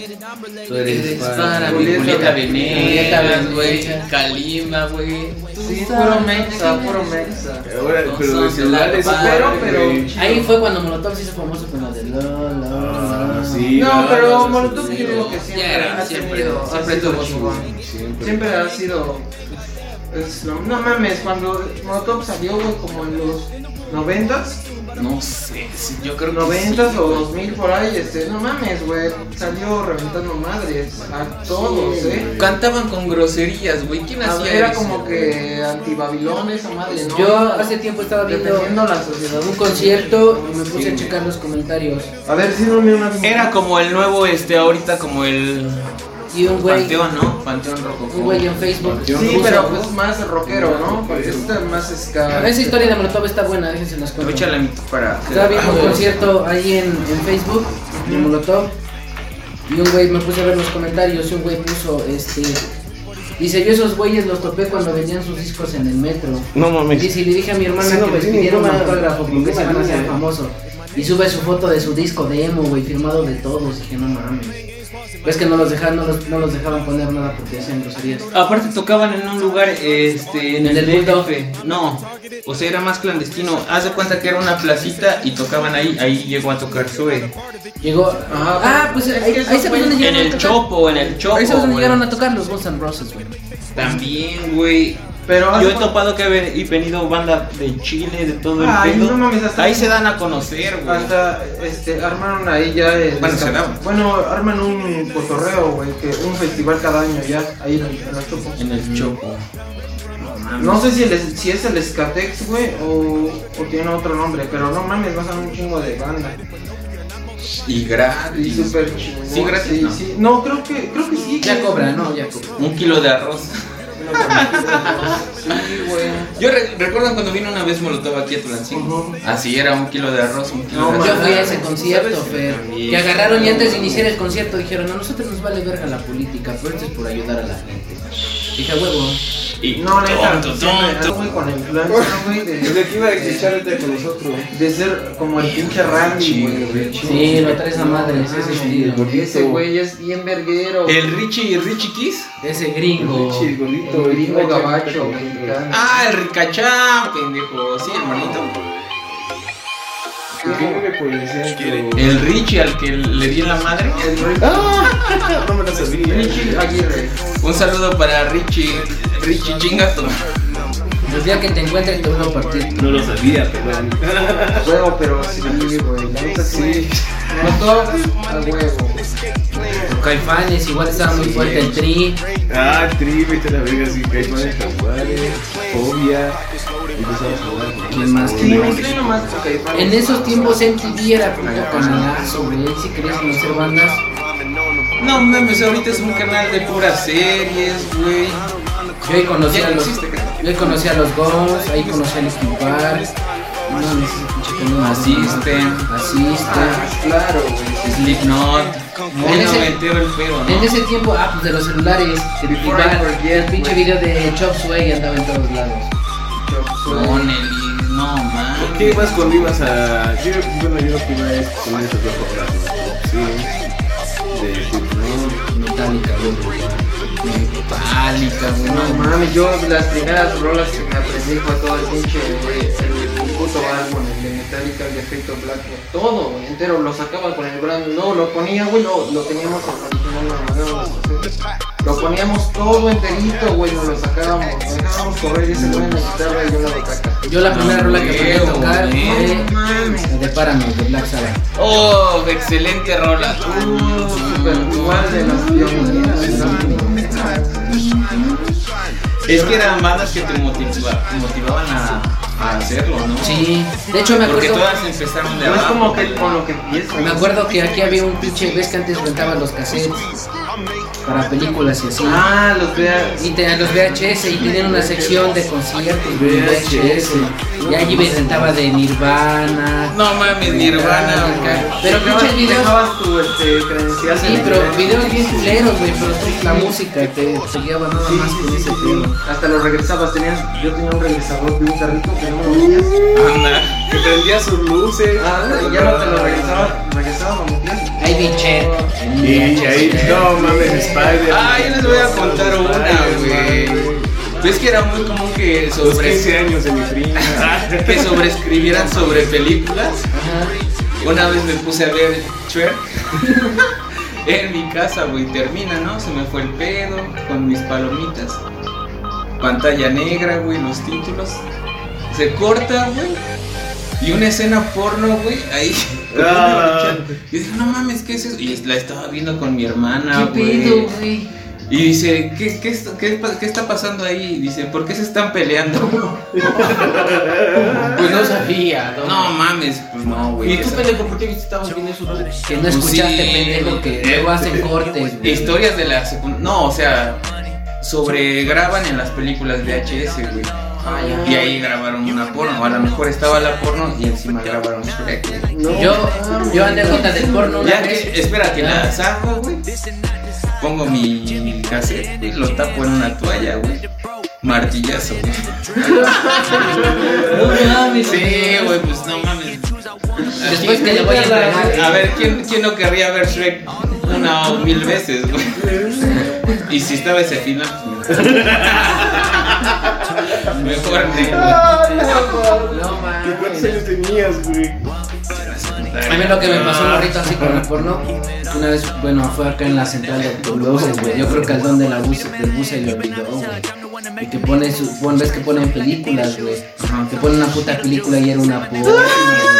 S2: Tú
S3: Eres para mí,
S1: Julieta
S3: Julieta
S4: Julieta
S3: Venegas,
S4: Venegas.
S3: güey. Kalimba, güey.
S1: Sí, puro mexa, puro mexa.
S2: Ahora, pero de
S3: Son
S2: celulares.
S3: la-
S2: pero,
S1: pero-
S2: pero.
S4: Ahí fue cuando Molotov se hizo famoso con lo de lo, lo,
S2: Ah,
S4: lo.
S2: sí.
S1: No,
S2: no,
S1: pero
S2: no,
S1: Molotov
S2: sí,
S1: creo que
S3: Ya
S1: siempre
S3: era,
S1: ha
S3: siempre,
S1: tenido, ha
S3: siempre
S1: sido
S3: tuvo su-
S1: chingón.
S2: Siempre.
S1: Siempre ha pues, sido. es lo- no mames, cuando Molotov salió, güey, como en los ¿Noventas?
S7: No sé, sí, yo creo que.
S1: ¿Noventas
S7: sí,
S1: o
S7: güey.
S1: dos mil por ahí? Este, no mames, güey. Salió reventando madres a todos, ¿eh?
S7: Cantaban con groserías, güey. ¿Quién
S1: A
S7: hacía
S1: ver, Era
S7: eso?
S1: como que antibabilones esa madre, ¿no?
S4: Yo hace tiempo estaba viendo
S1: Defendiendo la sociedad.
S4: un concierto y me puse a checar los comentarios.
S1: A ver, sírveme una.
S3: Era como el nuevo, este, ahorita como el
S4: Y un güey,
S3: Panteón, ¿no? Panteón Rojo.
S4: un güey en Facebook.
S1: Sí,
S4: puso-
S1: pero pues más rockero, ¿no? Porque está más ska.
S4: Esa historia de Molotov está buena, déjense las cuento.
S3: Échale mi- para.
S4: Estaba viendo un concierto ahí en, en Facebook de Molotov y un güey me puse a ver los comentarios y un güey puso este dice yo esos güeyes los topé cuando vendían sus discos en el metro.
S2: No mames.
S4: Dice y le dije a mi hermana
S2: Sí, no,
S4: que
S2: pues,
S4: les
S2: sí,
S4: pidiera un
S2: ninguna-
S4: autógrafo porque
S2: ninguna
S4: se van a hacer
S2: línea.
S4: famoso. Y sube su foto de su disco de emo, güey, firmado de todos. Y dije, no mames. Pues que no los dejaban, no los, no los dejaban poner nada porque hacían groserías.
S3: Aparte tocaban en un lugar, este, en
S4: ¿En
S3: el
S4: el Bulldog?
S3: DF. No, o sea, era más clandestino. Haz de cuenta que era una placita y tocaban ahí. Ahí llegó a tocar Zoe.
S4: Llegó.
S1: Ah,
S4: Ah, pues ahí, ahí sabes dónde
S3: En
S4: llegaron a
S3: el
S4: tocar.
S3: Chopo, en el Chopo.
S4: Ahí sabes dónde
S3: güey.
S4: llegaron a tocar los Guns N' Roses, güey.
S3: También, güey.
S1: Pero haz
S3: Yo he
S1: cuenta-
S3: topado que he y venido banda de Chile, de todo el
S1: Ay,
S3: pedo.
S1: no mames, hasta-
S3: Ahí se dan a conocer, güey.
S1: Hasta este, armaron ahí ya. el-
S3: Bueno, se daba.
S1: Bueno, arman un cotorreo, güey, que un festival cada año ya, ahí en el, en la Chopo.
S3: En el Chopo.
S1: No sé si, el es- si es el Skatex, güey, o, o tiene otro nombre, pero no mames, vas a un chingo de banda.
S3: Ah, Y
S1: Y
S3: gratis.
S1: súper chingón.
S3: Sí, gratis,
S1: Sí,
S3: no.
S1: sí. No, creo que, creo que sí.
S4: Ya
S1: güey.
S4: cobra, ¿no? Ya cobra.
S3: Un kilo de arroz.
S1: Sí, güey.
S3: Yo re- recuerdo cuando vino una vez Molotov aquí a Tulancingo.
S1: Ujú.
S3: Así era, un kilo de arroz, un kilo
S1: No,
S3: de
S4: Yo
S3: arroz.
S4: fui a ese concierto, Fer.
S3: También.
S4: Que agarraron y antes de iniciar el concierto dijeron, a nosotros nos vale verga la política, pero esto es por ayudar a la gente. Dije, "A huevo.
S3: Y
S1: No, neta.
S3: tonto,
S1: siempre
S3: tonto.
S1: anduve con la influencia, güey, de,
S2: que iba a escuchar ahorita con nosotros.
S1: de ser como el pinche Randy, güey.
S4: Sí, lo traes a madre, ese es estilo.
S1: Ese güey es bien verguero.
S3: El Richie y Richie Kiss.
S4: Ese gringo.
S2: Pinche
S1: El
S2: gordito,
S1: gringo
S2: güey.
S1: gabacho mexicano.
S3: Ah, el Ricachán, pendejo. Sí, hermanito.
S2: El gringo que por el centro.
S3: El Richie al que le di en la madre.
S2: Ah, no me la sabía.
S1: Richie Aguirre.
S3: Un saludo para Richie. Richie chingato.
S4: El día que te encuentres te voy a partir.
S2: No lo sabía, perdón.
S1: Huevo, pero sí, güey. La neta sí. No todas al huevo.
S4: Caifanes, igual estaba muy fuerte el tri.
S2: Ah, tri, vete a la verga, sí, que hay más de jaguares, fobia. Empezamos a jugar.
S4: ¿Quién más?
S1: Sí, me estoy nomás con Caifanes.
S4: En esos tiempos MTV era puto canalazo, güey. Ahí Ah, Si querías conocer bandas,
S3: No mames, ahorita es un canal de puras series, güey.
S4: yo ahí conocí
S3: Ya
S4: a
S3: no
S4: los,
S3: existe, creo.
S4: yo ahí conocí a los Ghosts, ahí conocí a los Park. No, no, ese pinche canal.
S3: Asisten.
S4: Asisten.
S1: Ah, claro, güey.
S3: Slipknot. Muy
S4: En ese-
S3: noventero el feo,
S4: En
S3: ¿no?
S4: ese tiempo, ah, pues de los celulares, que te
S1: Before I
S4: picaban,
S1: forget,
S4: el pinche
S1: güey.
S4: video de Chop Suey andaba en todos lados.
S3: Con el. No mames.
S2: ¿Por qué vas cuando ibas a.? Yo, bueno, yo la primera vez que tenía esos dos programas. Sí. De Slipknot.
S4: Metallica, güey.
S3: Pálica, güey.
S1: No mames, yo las primeras rolas que me aprendí fue todo el pinche, güey, el puto álbum, el de Metallica, el de Fate of Black, güey, todo, güey, entero, lo sacaba con el brand, no, lo ponía, güey, lo, lo teníamos, no, no, no, no, lo poníamos todo enterito, güey, nos lo sacábamos, lo dejábamos correr y ese güey en la guitarra y yo la bataca.
S4: Yo la primera
S3: No,
S4: rola que aprendí a
S3: güey,
S4: tocar
S3: güey.
S4: fue
S1: Mames,
S4: la de Paramount, de Black Sabbath.
S3: Oh, excelente rola.
S1: uh, super igual de las pioneras, ¿no?
S3: Es que eran bandas que te motiva- motivaban a, a hacerlo, ¿no?
S4: Sí, de hecho me
S3: Porque
S4: acuerdo,
S3: todas empezaron de
S1: No es
S3: abajo.
S1: como que con lo que empiezan.
S4: me acuerdo que aquí había un pinche, ves que antes rentaban los cassettes para películas y así.
S1: Ah, los de...
S4: Y tenían los VHS y tenían una sección de conciertos de VHS. Y allí me rentaba de Nirvana.
S3: No mames, Nirvana, güey.
S4: Pero pinches videos.
S1: Dejabas tu este, credencial.
S4: Sí,
S1: en
S4: pero
S1: el-
S4: videos bien culeros, güey, pero tú la música te, te guiaba nada más con ese tema.
S1: Hasta los regresabas, tenías, yo tenía un regresador de un carrito que no me lo metías.
S3: Anda.
S2: Que prendía sus luces.
S1: Ah, y ya no te lo regresaba, regresaba lo metías.
S4: Ay, biche.
S2: Y ahí, no mames, Spider.
S3: Ah, yo les voy a contar una, güey. Ves que era muy común que,
S2: Los
S3: sobre,
S2: 15 años de mi prima.
S3: que sobreescribieran sobre películas. Una vez me puse a ver Shrek en mi casa, güey. Termina, ¿no? Se me fue el pedo con mis palomitas. Pantalla negra, güey, los títulos. Se corta, güey. Y una escena porno, güey, ahí.
S2: Ah.
S3: Yo dije, no mames, ¿qué es eso? Y la estaba viendo con mi hermana,
S4: ¿Qué
S3: güey.
S4: pedo, güey?
S3: Y dice, ¿qué, qué, es- qué pa- qué está pasando ahí? Y dice, ¿por qué se están peleando?
S5: Pues no sabía, no.
S3: No mames, pues no, güey.
S5: ¿Y tú,
S3: esa-
S5: pendejo, por qué estabas viendo esos dos?
S4: Que no
S3: Pues
S4: escuchaste,
S3: sí,
S4: pendejo,
S3: güey.
S4: que luego hacen cortes, güey.
S3: Historias de la secundaria. No, o sea, sobregraban en las películas VHS, güey.
S5: Ah,
S3: Y ahí grabaron una porno. A lo mejor estaba la porno y encima grabaron Shrek, güey.
S4: Yo, yo anécdota del porno una
S3: Ya
S4: vez.
S3: que, espera, que la saco, güey. Pongo mi cassette, güey, lo tapo en una toalla, güey. Martillazo, güey.
S4: No mames,
S3: Sí, güey, pues no mames.
S4: Después te le voy a entregar.
S3: A ver, ¿quién, quién no querría ver Shrek una o mil veces, güey? Y si estaba ese final, pues, mejor de
S4: No
S2: ¿Qué cuántos
S4: mames.
S2: años tenías, güey?
S4: A mí lo que me
S3: Ah.
S4: pasó morrito así con el porno, una vez, bueno, fue acá en la central de autobuses, güey. Yo creo que al don de la bus, del bus se le olvidó, güey. Y que pone su, pon- ves que ponen películas, güey. Que ponen una puta película y era una porno, güey.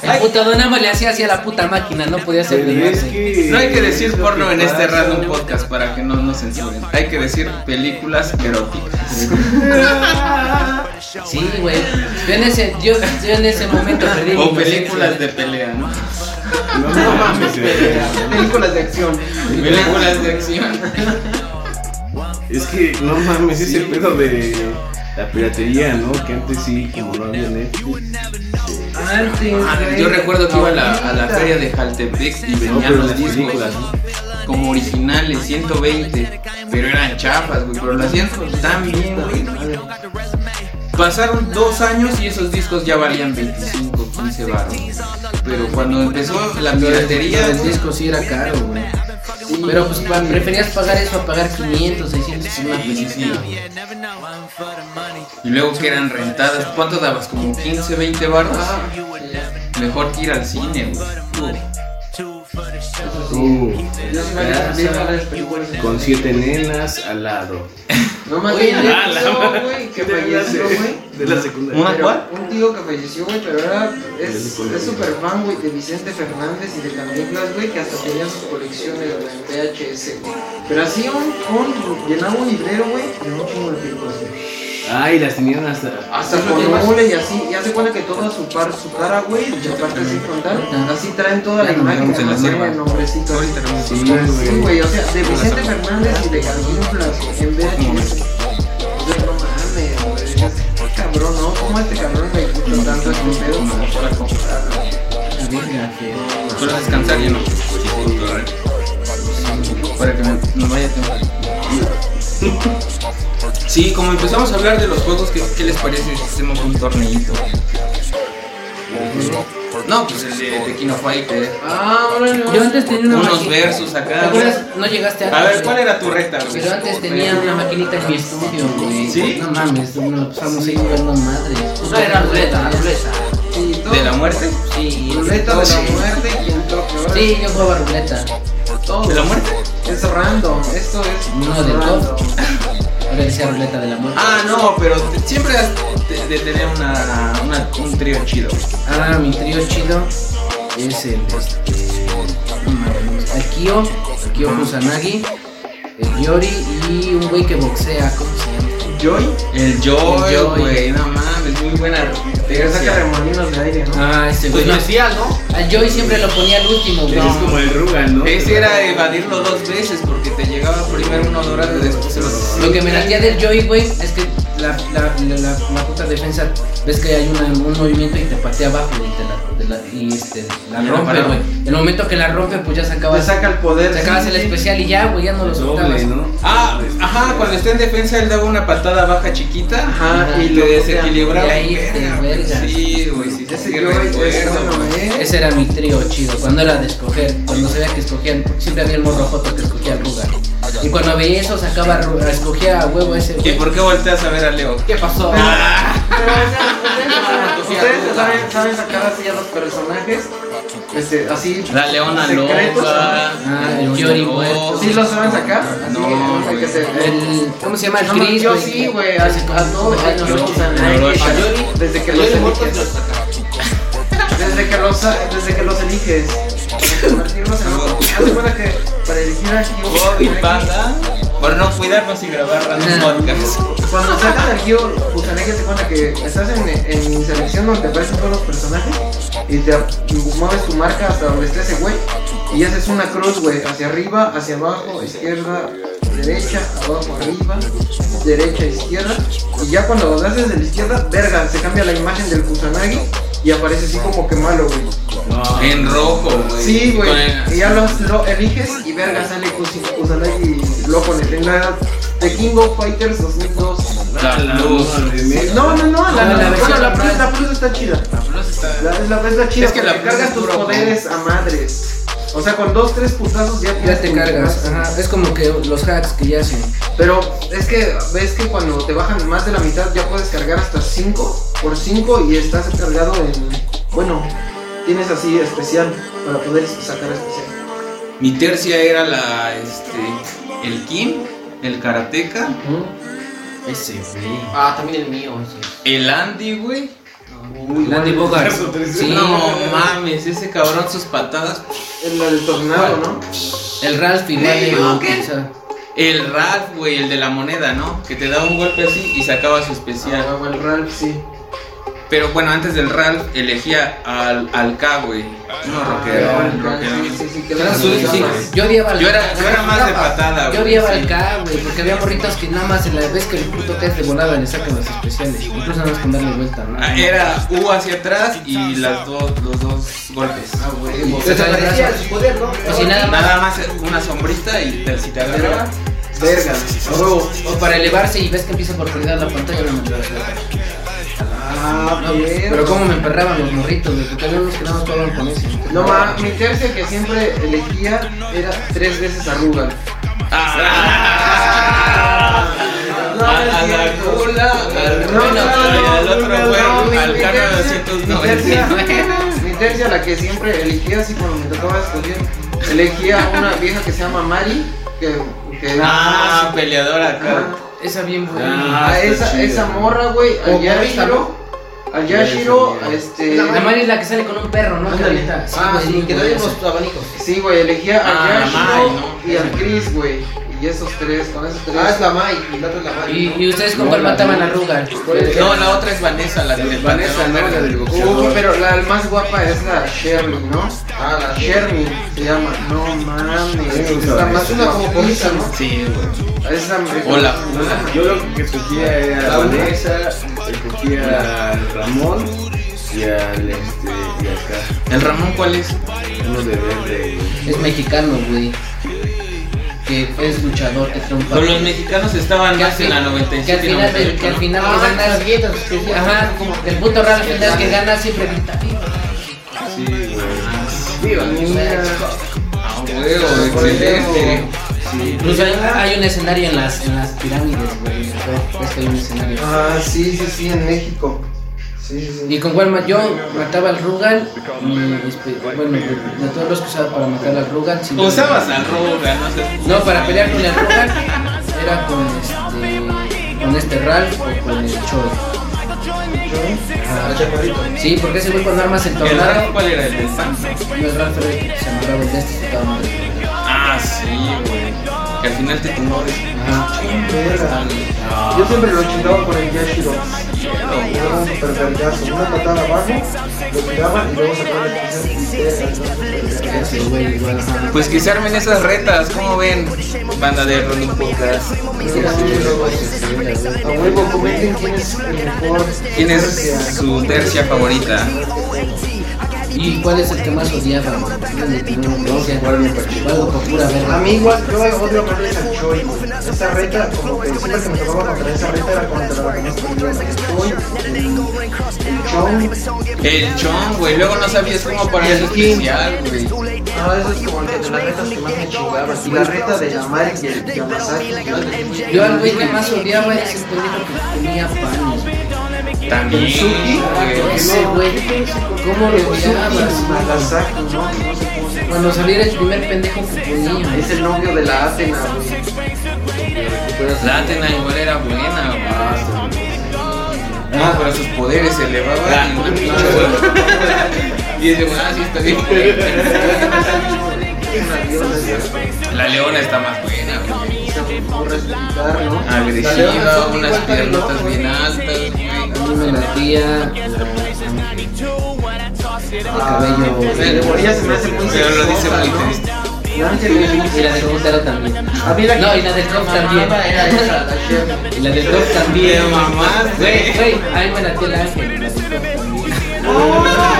S4: El puto don nada más le hacía así a la puta máquina, no podía hacer venirse.
S3: No hay que decir porno en este random podcast para que no nos censuren. Hay que decir películas eróticas.
S4: Sí, güey. Yo en ese, yo, yo en ese momento perdí mi
S3: O
S4: inocencia.
S3: películas de pelea, ¿no?
S2: No mames, güey.
S1: Ah, este, Películas de acción.
S3: Películas de acción.
S2: Es que no mames, ese pedo de la piratería, ¿no? Que antes sí, como no había Netflix.
S1: Antes, güey.
S3: Ah, Yo recuerdo que iba a la, a la feria de Jaltepec y
S2: No,
S3: venían
S2: pero
S3: los
S2: las
S3: discos
S2: películas, ¿no?
S3: como originales, 120, pero eran chafas, güey, pero lo hacían tan bien, güey. Pasaron dos años y esos discos ya valían 25, 15 baros. Pero cuando empezó la piratería,
S4: El disco sí era caro, güey. Pero pues pa- preferías pagar eso a pagar 500, 600 en una película.
S3: y luego que eran rentadas, ¿cuánto dabas? ¿Como 15, 20 baros?
S1: Ah,
S3: Mejor que ir al cine, güey.
S2: Uh,
S1: Yo sí varias- vi varias películas.
S2: con siete nenas al lado.
S1: No más
S4: Oye,
S1: bien,
S4: ah,
S1: tío, güey, que falleció, güey.
S2: de la secundaria.
S3: ¿Una
S1: Pero
S3: cuál?
S1: Un tío que falleció, güey, pero era. Es
S2: Película.
S1: es súper fan, güey, de Vicente Fernández y de Cantinflas, güey, que hasta tenía sus colecciones, güey, en VHS, güey. Pero así, un, un, llenaba un librero, güey, de un chingo de películas, güey.
S2: Ay, las tenían hasta.
S1: Hasta
S5: lo
S1: con
S5: llevas?
S1: mole y así. Ya se cuenta que toda su, par, su cara, güey, la parte así frontal, así traen toda la
S3: Ya nos
S1: imagen,
S3: vemos en la
S1: güey,
S3: selva.
S1: el nombrecito. así.
S3: Ahorita no.
S2: Sí,
S1: Sí,
S2: güey.
S1: güey, o sea, de Vicente Fernández y de Cantinflas güey, en VHS. Yo no mames, güey. Qué Cabrón, ¿no? ¿Cómo este cabrón me gustó tanto este pedo?
S3: Ahora comprar. Solo descansar y no. Para que no- no vaya temprano. Sí, como empezamos a hablar de los juegos, ¿qué, qué les parece si hacemos un torneito? No, pues el de Tequino Fighter.
S1: Ah, bueno,
S4: Yo antes tenía una
S3: Unos
S4: maquinita.
S3: versus
S4: ¿Te
S3: acá.
S4: acuerdas? No llegaste a.
S3: A ver, ¿cuál era tu reta? güey?
S4: Pero antes tenía una maquinita en mi estudio, güey.
S3: ¿Sí?
S4: No pues, mames, nos la pasamos ahí jugando madre.
S5: No, era ruleta, ruleta.
S1: y todo.
S3: ¿De la muerte?
S5: Sí,
S1: Ruleta de la muerte y el toque.
S4: Sí, yo jugaba ruleta.
S1: todo.
S3: ¿De la muerte?
S1: Es random. Esto es.
S4: No, del
S1: random.
S4: Ahora decía ruleta de la muerte.
S3: Ah, no, pero te- siempre has de, de tener una, una- un trío chido.
S4: Ah, mi trío chido es el este, Akio, Akio Kusanagi, el Yori y un güey que boxea, ¿cómo se llama?
S1: Joy.
S3: El
S4: El
S3: Joy,
S4: Joy.
S3: güey, no mames, muy buena.
S1: Te
S3: tercia.
S1: saca remolinos de aire, ¿no?
S4: Ah, ese güey.
S3: Pues no
S5: Decía, ¿no?
S4: Al Joy siempre lo ponía al último, güey.
S2: Ese es como el Rugal, ¿no?
S3: Ese era evadirlo dos veces porque te llegaba primero uno dorado y después el otro.
S4: Lo que me latía del Joy, güey, es que la, la, la, la- la puta defensa, ves que hay una- un movimiento y te patea abajo, güey, te la, te la- y este, la
S3: Y la
S4: rompe,
S3: paraba.
S4: güey. El momento que la rompe, pues ya
S1: Te
S4: sacabas,
S1: saca el poder.
S4: sacabas
S1: sí,
S4: el
S1: sí.
S4: especial y ya, güey, ya no lo soltabas.
S2: Doble, ¿no?
S3: Ah, ajá, cuando está en defensa él daba una patada baja chiquita
S1: Ajá,
S3: y
S1: y
S3: lo
S1: lo
S3: desequilibraba.
S4: Y ahí te
S3: Verga, güey,
S4: vergas.
S3: Sí, güey, sí, sí,
S1: Ese
S3: sí,
S1: Joy es
S3: recuerdo,
S1: bueno,
S3: güey.
S1: ¿eh?
S4: Ese era mi trío chido, cuando era de escoger, cuando se veía que escogían, siempre había el morro joto que escogía al lugar. Y cuando veía eso, sacaba, a Ruga, escogía a huevo ese
S3: ¿Y
S4: güey.
S3: por qué volteas a ver a Leo?
S5: ¿Qué pasó?
S1: Pero, o sea, ustedes- Ustedes se saben, saben sacar así a los personajes este, así.
S3: La leona
S1: secretos.
S3: loca.
S4: Ah, el
S3: Leona
S4: Yori,
S3: loca.
S4: güey.
S1: ¿Sí lo saben sacar? Así,
S3: No,
S1: que
S3: güey.
S1: se-
S4: El, ¿Cómo se llama? El
S1: No,
S4: Chris,
S1: yo
S4: güey.
S1: sí, güey, a, a todos
S4: Ay, no,
S1: ellos,
S4: no,
S1: o sea,
S4: no,
S1: nadie-
S3: no, no,
S1: a-
S5: no.
S1: desde que
S5: Yo
S1: los
S5: de morro te
S1: eliges, desde que los, desde que los eliges, convertirlos en otro. Haz de cuenta que para elegir a Hugh,
S3: Bob y
S1: Hugh-
S3: Panda. Por no cuidarnos y grabar random
S4: Nah.
S3: podcast.
S1: Cuando sacan al Gio, Kusanagi pues, se cuenta que estás en, en selección donde aparecen todos los personajes y te mueves tu marca hasta donde esté ese güey y haces una cruz, güey, hacia arriba, hacia abajo, izquierda, derecha, abajo, arriba, derecha, izquierda y ya cuando lo haces de la izquierda, verga, se cambia la imagen del Kusanagi y aparece así como que malo, güey.
S2: No.
S3: En rojo, güey.
S1: Sí, güey.
S3: Con el-
S1: Y ya los lo eliges y verga sale Kus- Kusanagi loco en el en la de King of Fighters 2002.
S3: La luz.
S1: No, no, no, la,
S4: Ah, la
S1: la,
S4: versión
S1: bueno, la,
S4: normal.
S1: Plus, la Plus está chida. La, la Plus está chida.
S3: Es que la
S1: porque
S3: Plus
S1: cargas
S3: es
S1: tus
S3: puro
S1: poderes a madres. O sea, con dos, tres putazos ya,
S4: Ya
S1: tienes
S4: te
S1: tu
S4: cargas.
S1: mazo.
S4: Ajá. Es como que los hacks que ya hacen.
S1: Pero es que ves que cuando te bajan más de la mitad ya puedes cargar hasta 5 por 5 y estás cargado en... Bueno, tienes así especial para poder sacar especial.
S3: Mi tercia era la, este, el Kim, el Karateka,
S4: Ese, güey.
S5: Ah, también el mío, ese.
S3: el Andy, güey.
S4: Landy Bogart. Sí.
S3: No mames, ese cabrón sus patadas.
S1: El, el tornado, ¿no?
S4: El Ralph igual.
S3: Hey,
S4: de-
S3: ¿no?
S4: o
S3: ¿Qué?
S4: sea,
S3: El Ralph, güey, el de la moneda, ¿no? Que te daba un golpe así y sacaba su especial.
S1: Ah, o el Ralph, sí.
S3: Pero bueno, antes del Ralph elegía al, al K, güey. No, rockero.
S1: Ah, el Ralph,
S3: rockero.
S1: sí, sí, sí, que
S4: era
S1: lo
S4: su- sí,
S1: sacabas.
S4: Yo odiaba al
S3: Yo era- yo era más de patada,
S4: Yo
S3: güey,
S4: odiaba
S3: sí.
S4: al K, güey. Porque había morritos que nada más en la vez que el puto K te volaba le sacan los especiales. Incluso nada más con darle vuelta, ¿no?
S3: Ah, Era U hacia atrás y las dos, los dos golpes.
S1: Ah, güey.
S4: Y-
S5: Desaparecía su poder, ¿no?
S4: Pues si nada más.
S3: Nada más una sombrita y te, si te agarraba.
S1: Verga. Oh.
S4: O para elevarse y ves que empieza por colgar la pantalla no me lo hace.
S1: Ah,
S4: No,
S1: bien.
S4: Pero cómo me emperraban los morritos, güey, porque había unos que nada más jugaban con eso.
S1: No ma, mi tercia que siempre elegía era tres veces arruga.
S3: Ah,
S1: No,
S3: a,
S1: es
S3: a la
S1: cierto.
S3: gula, al
S1: No,
S3: Reno
S1: no,
S3: y
S1: no,
S3: al otro
S1: no, no, mi-
S3: güey, al
S1: mi
S3: carro
S1: tercia- mi tercia-
S3: 299.
S1: Mi tercia, la que siempre elegía así cuando me tocaba escoger, elegía a una vieja que se llama Mari, que, que
S3: Ah, peleador
S1: Ajá.
S3: acá.
S4: Esa bien
S2: Ah,
S4: buena.
S1: a
S2: está
S1: esa,
S2: chido.
S1: esa morra, güey,
S4: O
S1: al Yashiro,
S4: Morita.
S1: al Yashiro,
S2: Ya
S1: este,
S4: La Mari es la que sale con un perro, ¿no?
S5: Ándale.
S4: Carita?
S5: Ah,
S4: güey,
S5: sí, que
S4: güey,
S5: trae
S4: esa.
S5: unos abanicos.
S1: sí, güey, elegía a
S3: Ah, la
S1: Yashiro
S3: Mari, ¿no?
S1: y al Chris, güey, y esos tres, con esos tres.
S5: Ah, es la Mai, y la otra es la Mai.
S4: ¿Y, y ustedes con cuál mataban la arruga?
S3: No, la otra es Vanessa, la del
S2: Vanessa,
S3: pantalón
S2: ¿no? La
S3: verde.
S2: del
S1: Uh,
S2: boxeador.
S1: pero la más guapa es la Shirley, ¿no?
S5: Ah, la
S1: Shermy se llama. No mames. Está más
S5: Es
S1: una
S5: una como
S1: como
S5: poquita, ¿no?
S3: Sí, güey.
S1: Esa
S3: Hola.
S2: Yo lo que escogía era a Vanessa, escogía al Ramón y al este y al K.
S3: ¿El Ramón cuál es?
S2: Uno de verde.
S4: Es mexicano, güey. Que es luchador, que trompa.
S3: Con los mexicanos estaban más en la 97
S4: Que al
S3: y
S4: final, que
S3: 98,
S4: al
S3: ¿no?
S4: final
S5: Ah,
S4: que ganas.
S5: las galletas, que sí,
S4: Ajá,
S5: como-
S4: el puto raro que das que ganas siempre grita.
S2: Sí, güey.
S5: Viva México.
S3: Ah, huevo, excelente.
S2: Sí.
S4: Incluso Pues hay, hay un escenario en las, en las pirámides, güey. ¿no? Es que hay un escenario.
S1: Ah, sí, sí, sí, en México. Sí, sí, sí.
S4: Y con Walmart yo mataba al Rugal y espe- bueno, de, de todos los que usaba para matar al Rugal. sí.
S3: Usabas al Roga, no sé.
S4: No, para pelear con el Rugal era con este, con este Ralph o con el Choi.
S5: Ah, chaparrito.
S4: Sí, porque ese güey cuando armas el
S3: ¿El Ramón
S4: tornado,
S3: cuál era? ¿El del Santos?
S4: no es Ralph, pero el que se amarraba el de este se estaba
S3: Ah, sí, güey. Que al final te tomó de
S4: Ajá.
S1: Verga. Yo siempre lo chingaba con el Yashiro. Era un supervergazo. Una patada abajo, lo tiraban y luego sacaban el pincel.
S4: Ese güey igual. ajá.
S3: Pues que se armen esas retas, ¿cómo ven? Banda de Ronin Podcast.
S1: A huevo, comenten quién es el mejor.
S3: ¿Quién es su tercia favorita?
S4: ¿Y cuál es el que más odiaba? güey? No sé, algo con pura verga.
S1: A mí igual, yo odio más esa Choy, güey. Esa reta, como que siempre que me tocaba contra esa reta era contra la que más peleaba. Choy, el Chong.
S3: El Chon, güey. Luego no sabías cómo para el especial, güey.
S1: Ah, eso es como de las retas que más me chingaban. Y la reta de la Mari y el Yamazaki.
S4: Yo al güey que más odiaba era ese pendejo que tenía panes. güey.
S3: También. güey.
S4: Ese güey, ¿cómo lo llamas?
S1: Nagasaki, ¿no? No sé cómo se
S4: Cuando saliera el primer pendejo que ponía.
S1: Es el novio de la Atena, güey.
S3: La Atena igual era buena, güey. Ah, pero sus poderes se elevaban. y no mames. Y dice, ah, sí, está bien. güey".
S1: Una diosa,
S3: La leona está más buena, güey.
S1: se por respetar, ¿no?
S3: agresiva, unas piernotas bien altas,
S4: A mí me
S3: güey.
S4: latía.
S1: Ah, El cabello. Ella se me hace muy
S3: Pero lo dice
S1: sexosa,
S3: muy
S1: ¿no?
S3: triste.
S1: La hace muy
S4: Y la del
S1: sexosa.
S4: Coptera también.
S1: A mí la que
S4: No, y la del Cop también.
S1: Era esa, la chef.
S4: Y la del Cop también.
S3: Te mamaste.
S4: Güey, güey, a mí me latía el ángel. la del Cop también.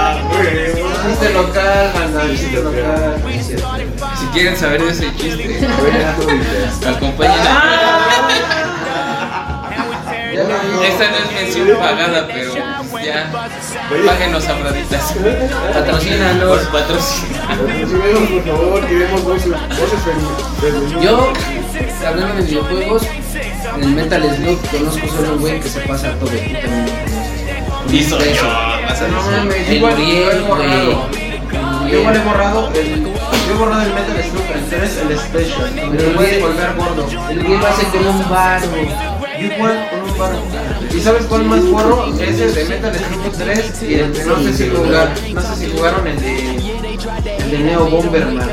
S1: Chiste local, manda, chiste local.
S3: Si quieren saber de ese chiste, acompáñenos.
S1: Ya lo digo.
S3: Esta no es mención pagada, pero ya. Páguenos a braditas.
S4: Patrocínanos.
S3: Por patrocinio.
S2: por favor, queremos voces, voces femeninas.
S4: Yo, hablando de videojuegos, en el Metal Slug conozco solo un güey que se pasa todo. Tú también lo conoces.
S3: Y soy yo.
S4: Eso.
S3: vas a
S1: No
S3: ver.
S1: mames,
S4: El
S1: igual yo
S4: Uriel,
S1: he borrado.
S4: güey.
S1: Yo igual he borrado el. Yo he borrado el Metal Slug, el 3, el Special. Me
S4: Pero
S1: puedes
S4: bien.
S1: volver gordo.
S4: El güey lo hace con un bar, güey.
S1: Igual con un paro. ¿Y sabes cuál más borro? Es el de Metal Slug 3 y el de no sé si jugar. No sé si jugaron el de. El de Neo Bomberman.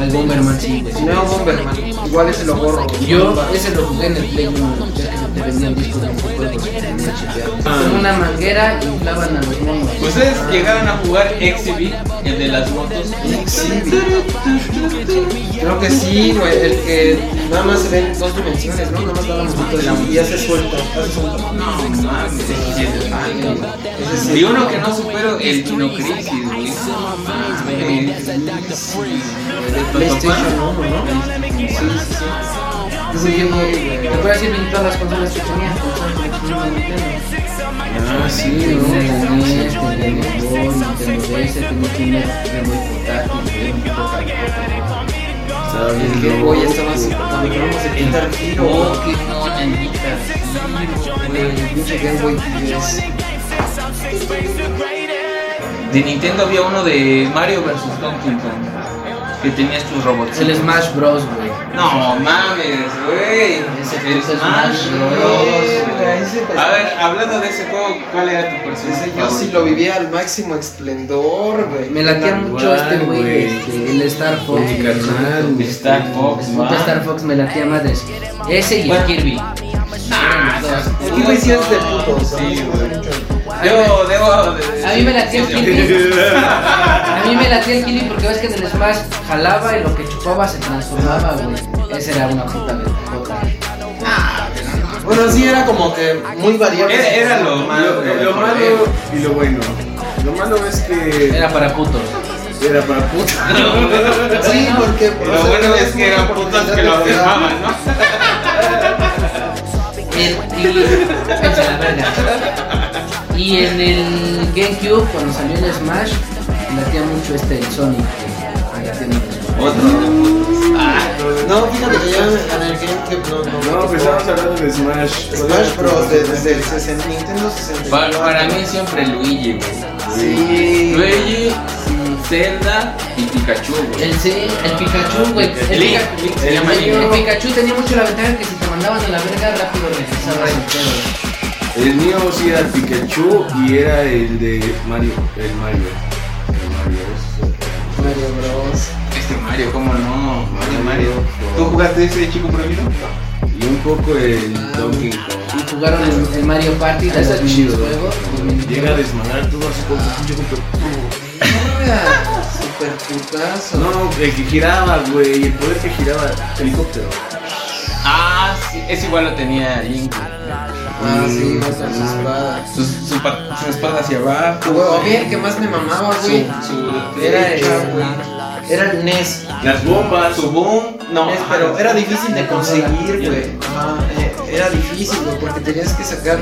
S4: Al Bomberman, sí, güey.
S1: Neo Bomberman. Igual ese lo borro.
S4: Yo ese lo jugué en el Play 1, ya que te vendían discos de videojuegos.
S1: Ah.
S4: Con una manguera y inflaban a los monos.
S1: Pues
S3: Ustedes llegaron a jugar Exhibit, el de las motos.
S1: Creo que sí, güey. El que nada más se ven dos dimensiones, ¿no? Nada más da la vuelta y ya se suelta. ya se suelta.
S3: No mames, ese es el mal, güey. Y uno que no supero el Kino Crisis, güey. No mames.
S1: PlayStation 1, ¿no? Sí, sí, sí.
S4: Yo fui bien móvil, güey. Te puedo decir bien todas las consolas que tenía. consolas de Xbox, Nintendo.
S3: Ah, sí,
S4: Tenía NES, tenía Nintendo, Nintendo DS, tenía Kinder, era muy portátil, era un poco caliente.
S1: El Game Boy estaba así. Cuando compramos el Guitar Hero,
S3: Oh, qué monanitas.
S1: güey, el pinche Game Boy DS.
S3: De Nintendo había uno de Mario vs. Donkey Kong. Que tenías tus robots.
S4: El Smash Bros, güey.
S3: No mames, güey.
S4: Ese
S3: El
S4: puto
S3: Smash
S4: Smash
S1: Bros.
S3: Bros. A ver, hablando de ese juego, ¿cuál era tu
S1: Ese
S3: personaje?
S1: yo sí lo vivía al máximo esplendor, güey.
S4: Me latía
S2: Igual,
S4: mucho este
S2: güey.
S4: güey, este, el Star Fox.
S2: Mi
S4: güey.
S2: carnal, güey.
S3: Star Fox,
S4: El
S3: va.
S4: puto Star Fox me latía madres. Ese y el
S3: Bueno.
S4: Kirby.
S3: Ah,
S1: Es que, güey, sí es de puto, ¿sabes?
S3: Sí, güey. Yo debo. de-
S4: A mí me latía el Kirby. A mí me latía el Kirby porque ves que en el Smash jalaba y lo que chupaba se transformaba, güey. Esa era una puta ventajota.
S1: Bueno, sí, era como que muy variable.
S3: Era- era lo malo,
S2: Ah, Lo, lo- lo malo y lo bueno. Lo malo es que
S4: Era para putos.
S2: era para puta.
S1: Sí, porque.
S3: Lo bueno es que eran putas que lo afirmaban, ¿no?
S4: El- y, Vete a la verga. Y en el GameCube, cuando salió el Smash, me latía mucho este, el Sonic. que me latía mucho.
S1: No, fíjate que yo en el GameCube no.
S2: No, pues estábamos hablando de Smash.
S1: Smash Bros. de- desde el 60 Nintendo 64.
S3: Pa- para mí siempre Luigi, güey.
S1: Sí.
S3: Luigi, Zelda y Pikachu, güey.
S4: El, sí, el Pikachu, güey. El,
S3: Link,
S4: Pika-
S3: Link se llama Link.
S4: el Pikachu tenía mucho la ventaja que si te mandaban a la verga, rápido regresaba el pedo.
S2: El mío sí era Pikachu y era el de Mario. El Mario. El Mario.
S1: Mario Bros.
S3: Este Mario, ¿cómo no? Mario, Mario.
S2: ¿Tú
S3: jugaste ese chico prohibido?
S2: Y un poco el Donkey Kong.
S4: Y jugaron el, el Mario Party, de
S2: Está
S4: los
S2: chido.
S4: juegos.
S2: Llega a desmadrar todo así como un chico, pero-
S1: Mira, Super putazo.
S2: No, el que giraba, güey. El poder que giraba. Helicóptero.
S3: Ah, sí, es igual lo tenía Link.
S1: Ah, sí, con sus espadas.
S3: Su, su, pa- su espada hacia abajo.
S1: Tu huevo, a mí el que más me mamaba, güey. Era el. Era el NES.
S2: Las bombas.
S3: Su boom. No,
S1: Es, pero era difícil de conseguir, güey. Ajá, eh, Era difícil, güey, porque tenías que sacar.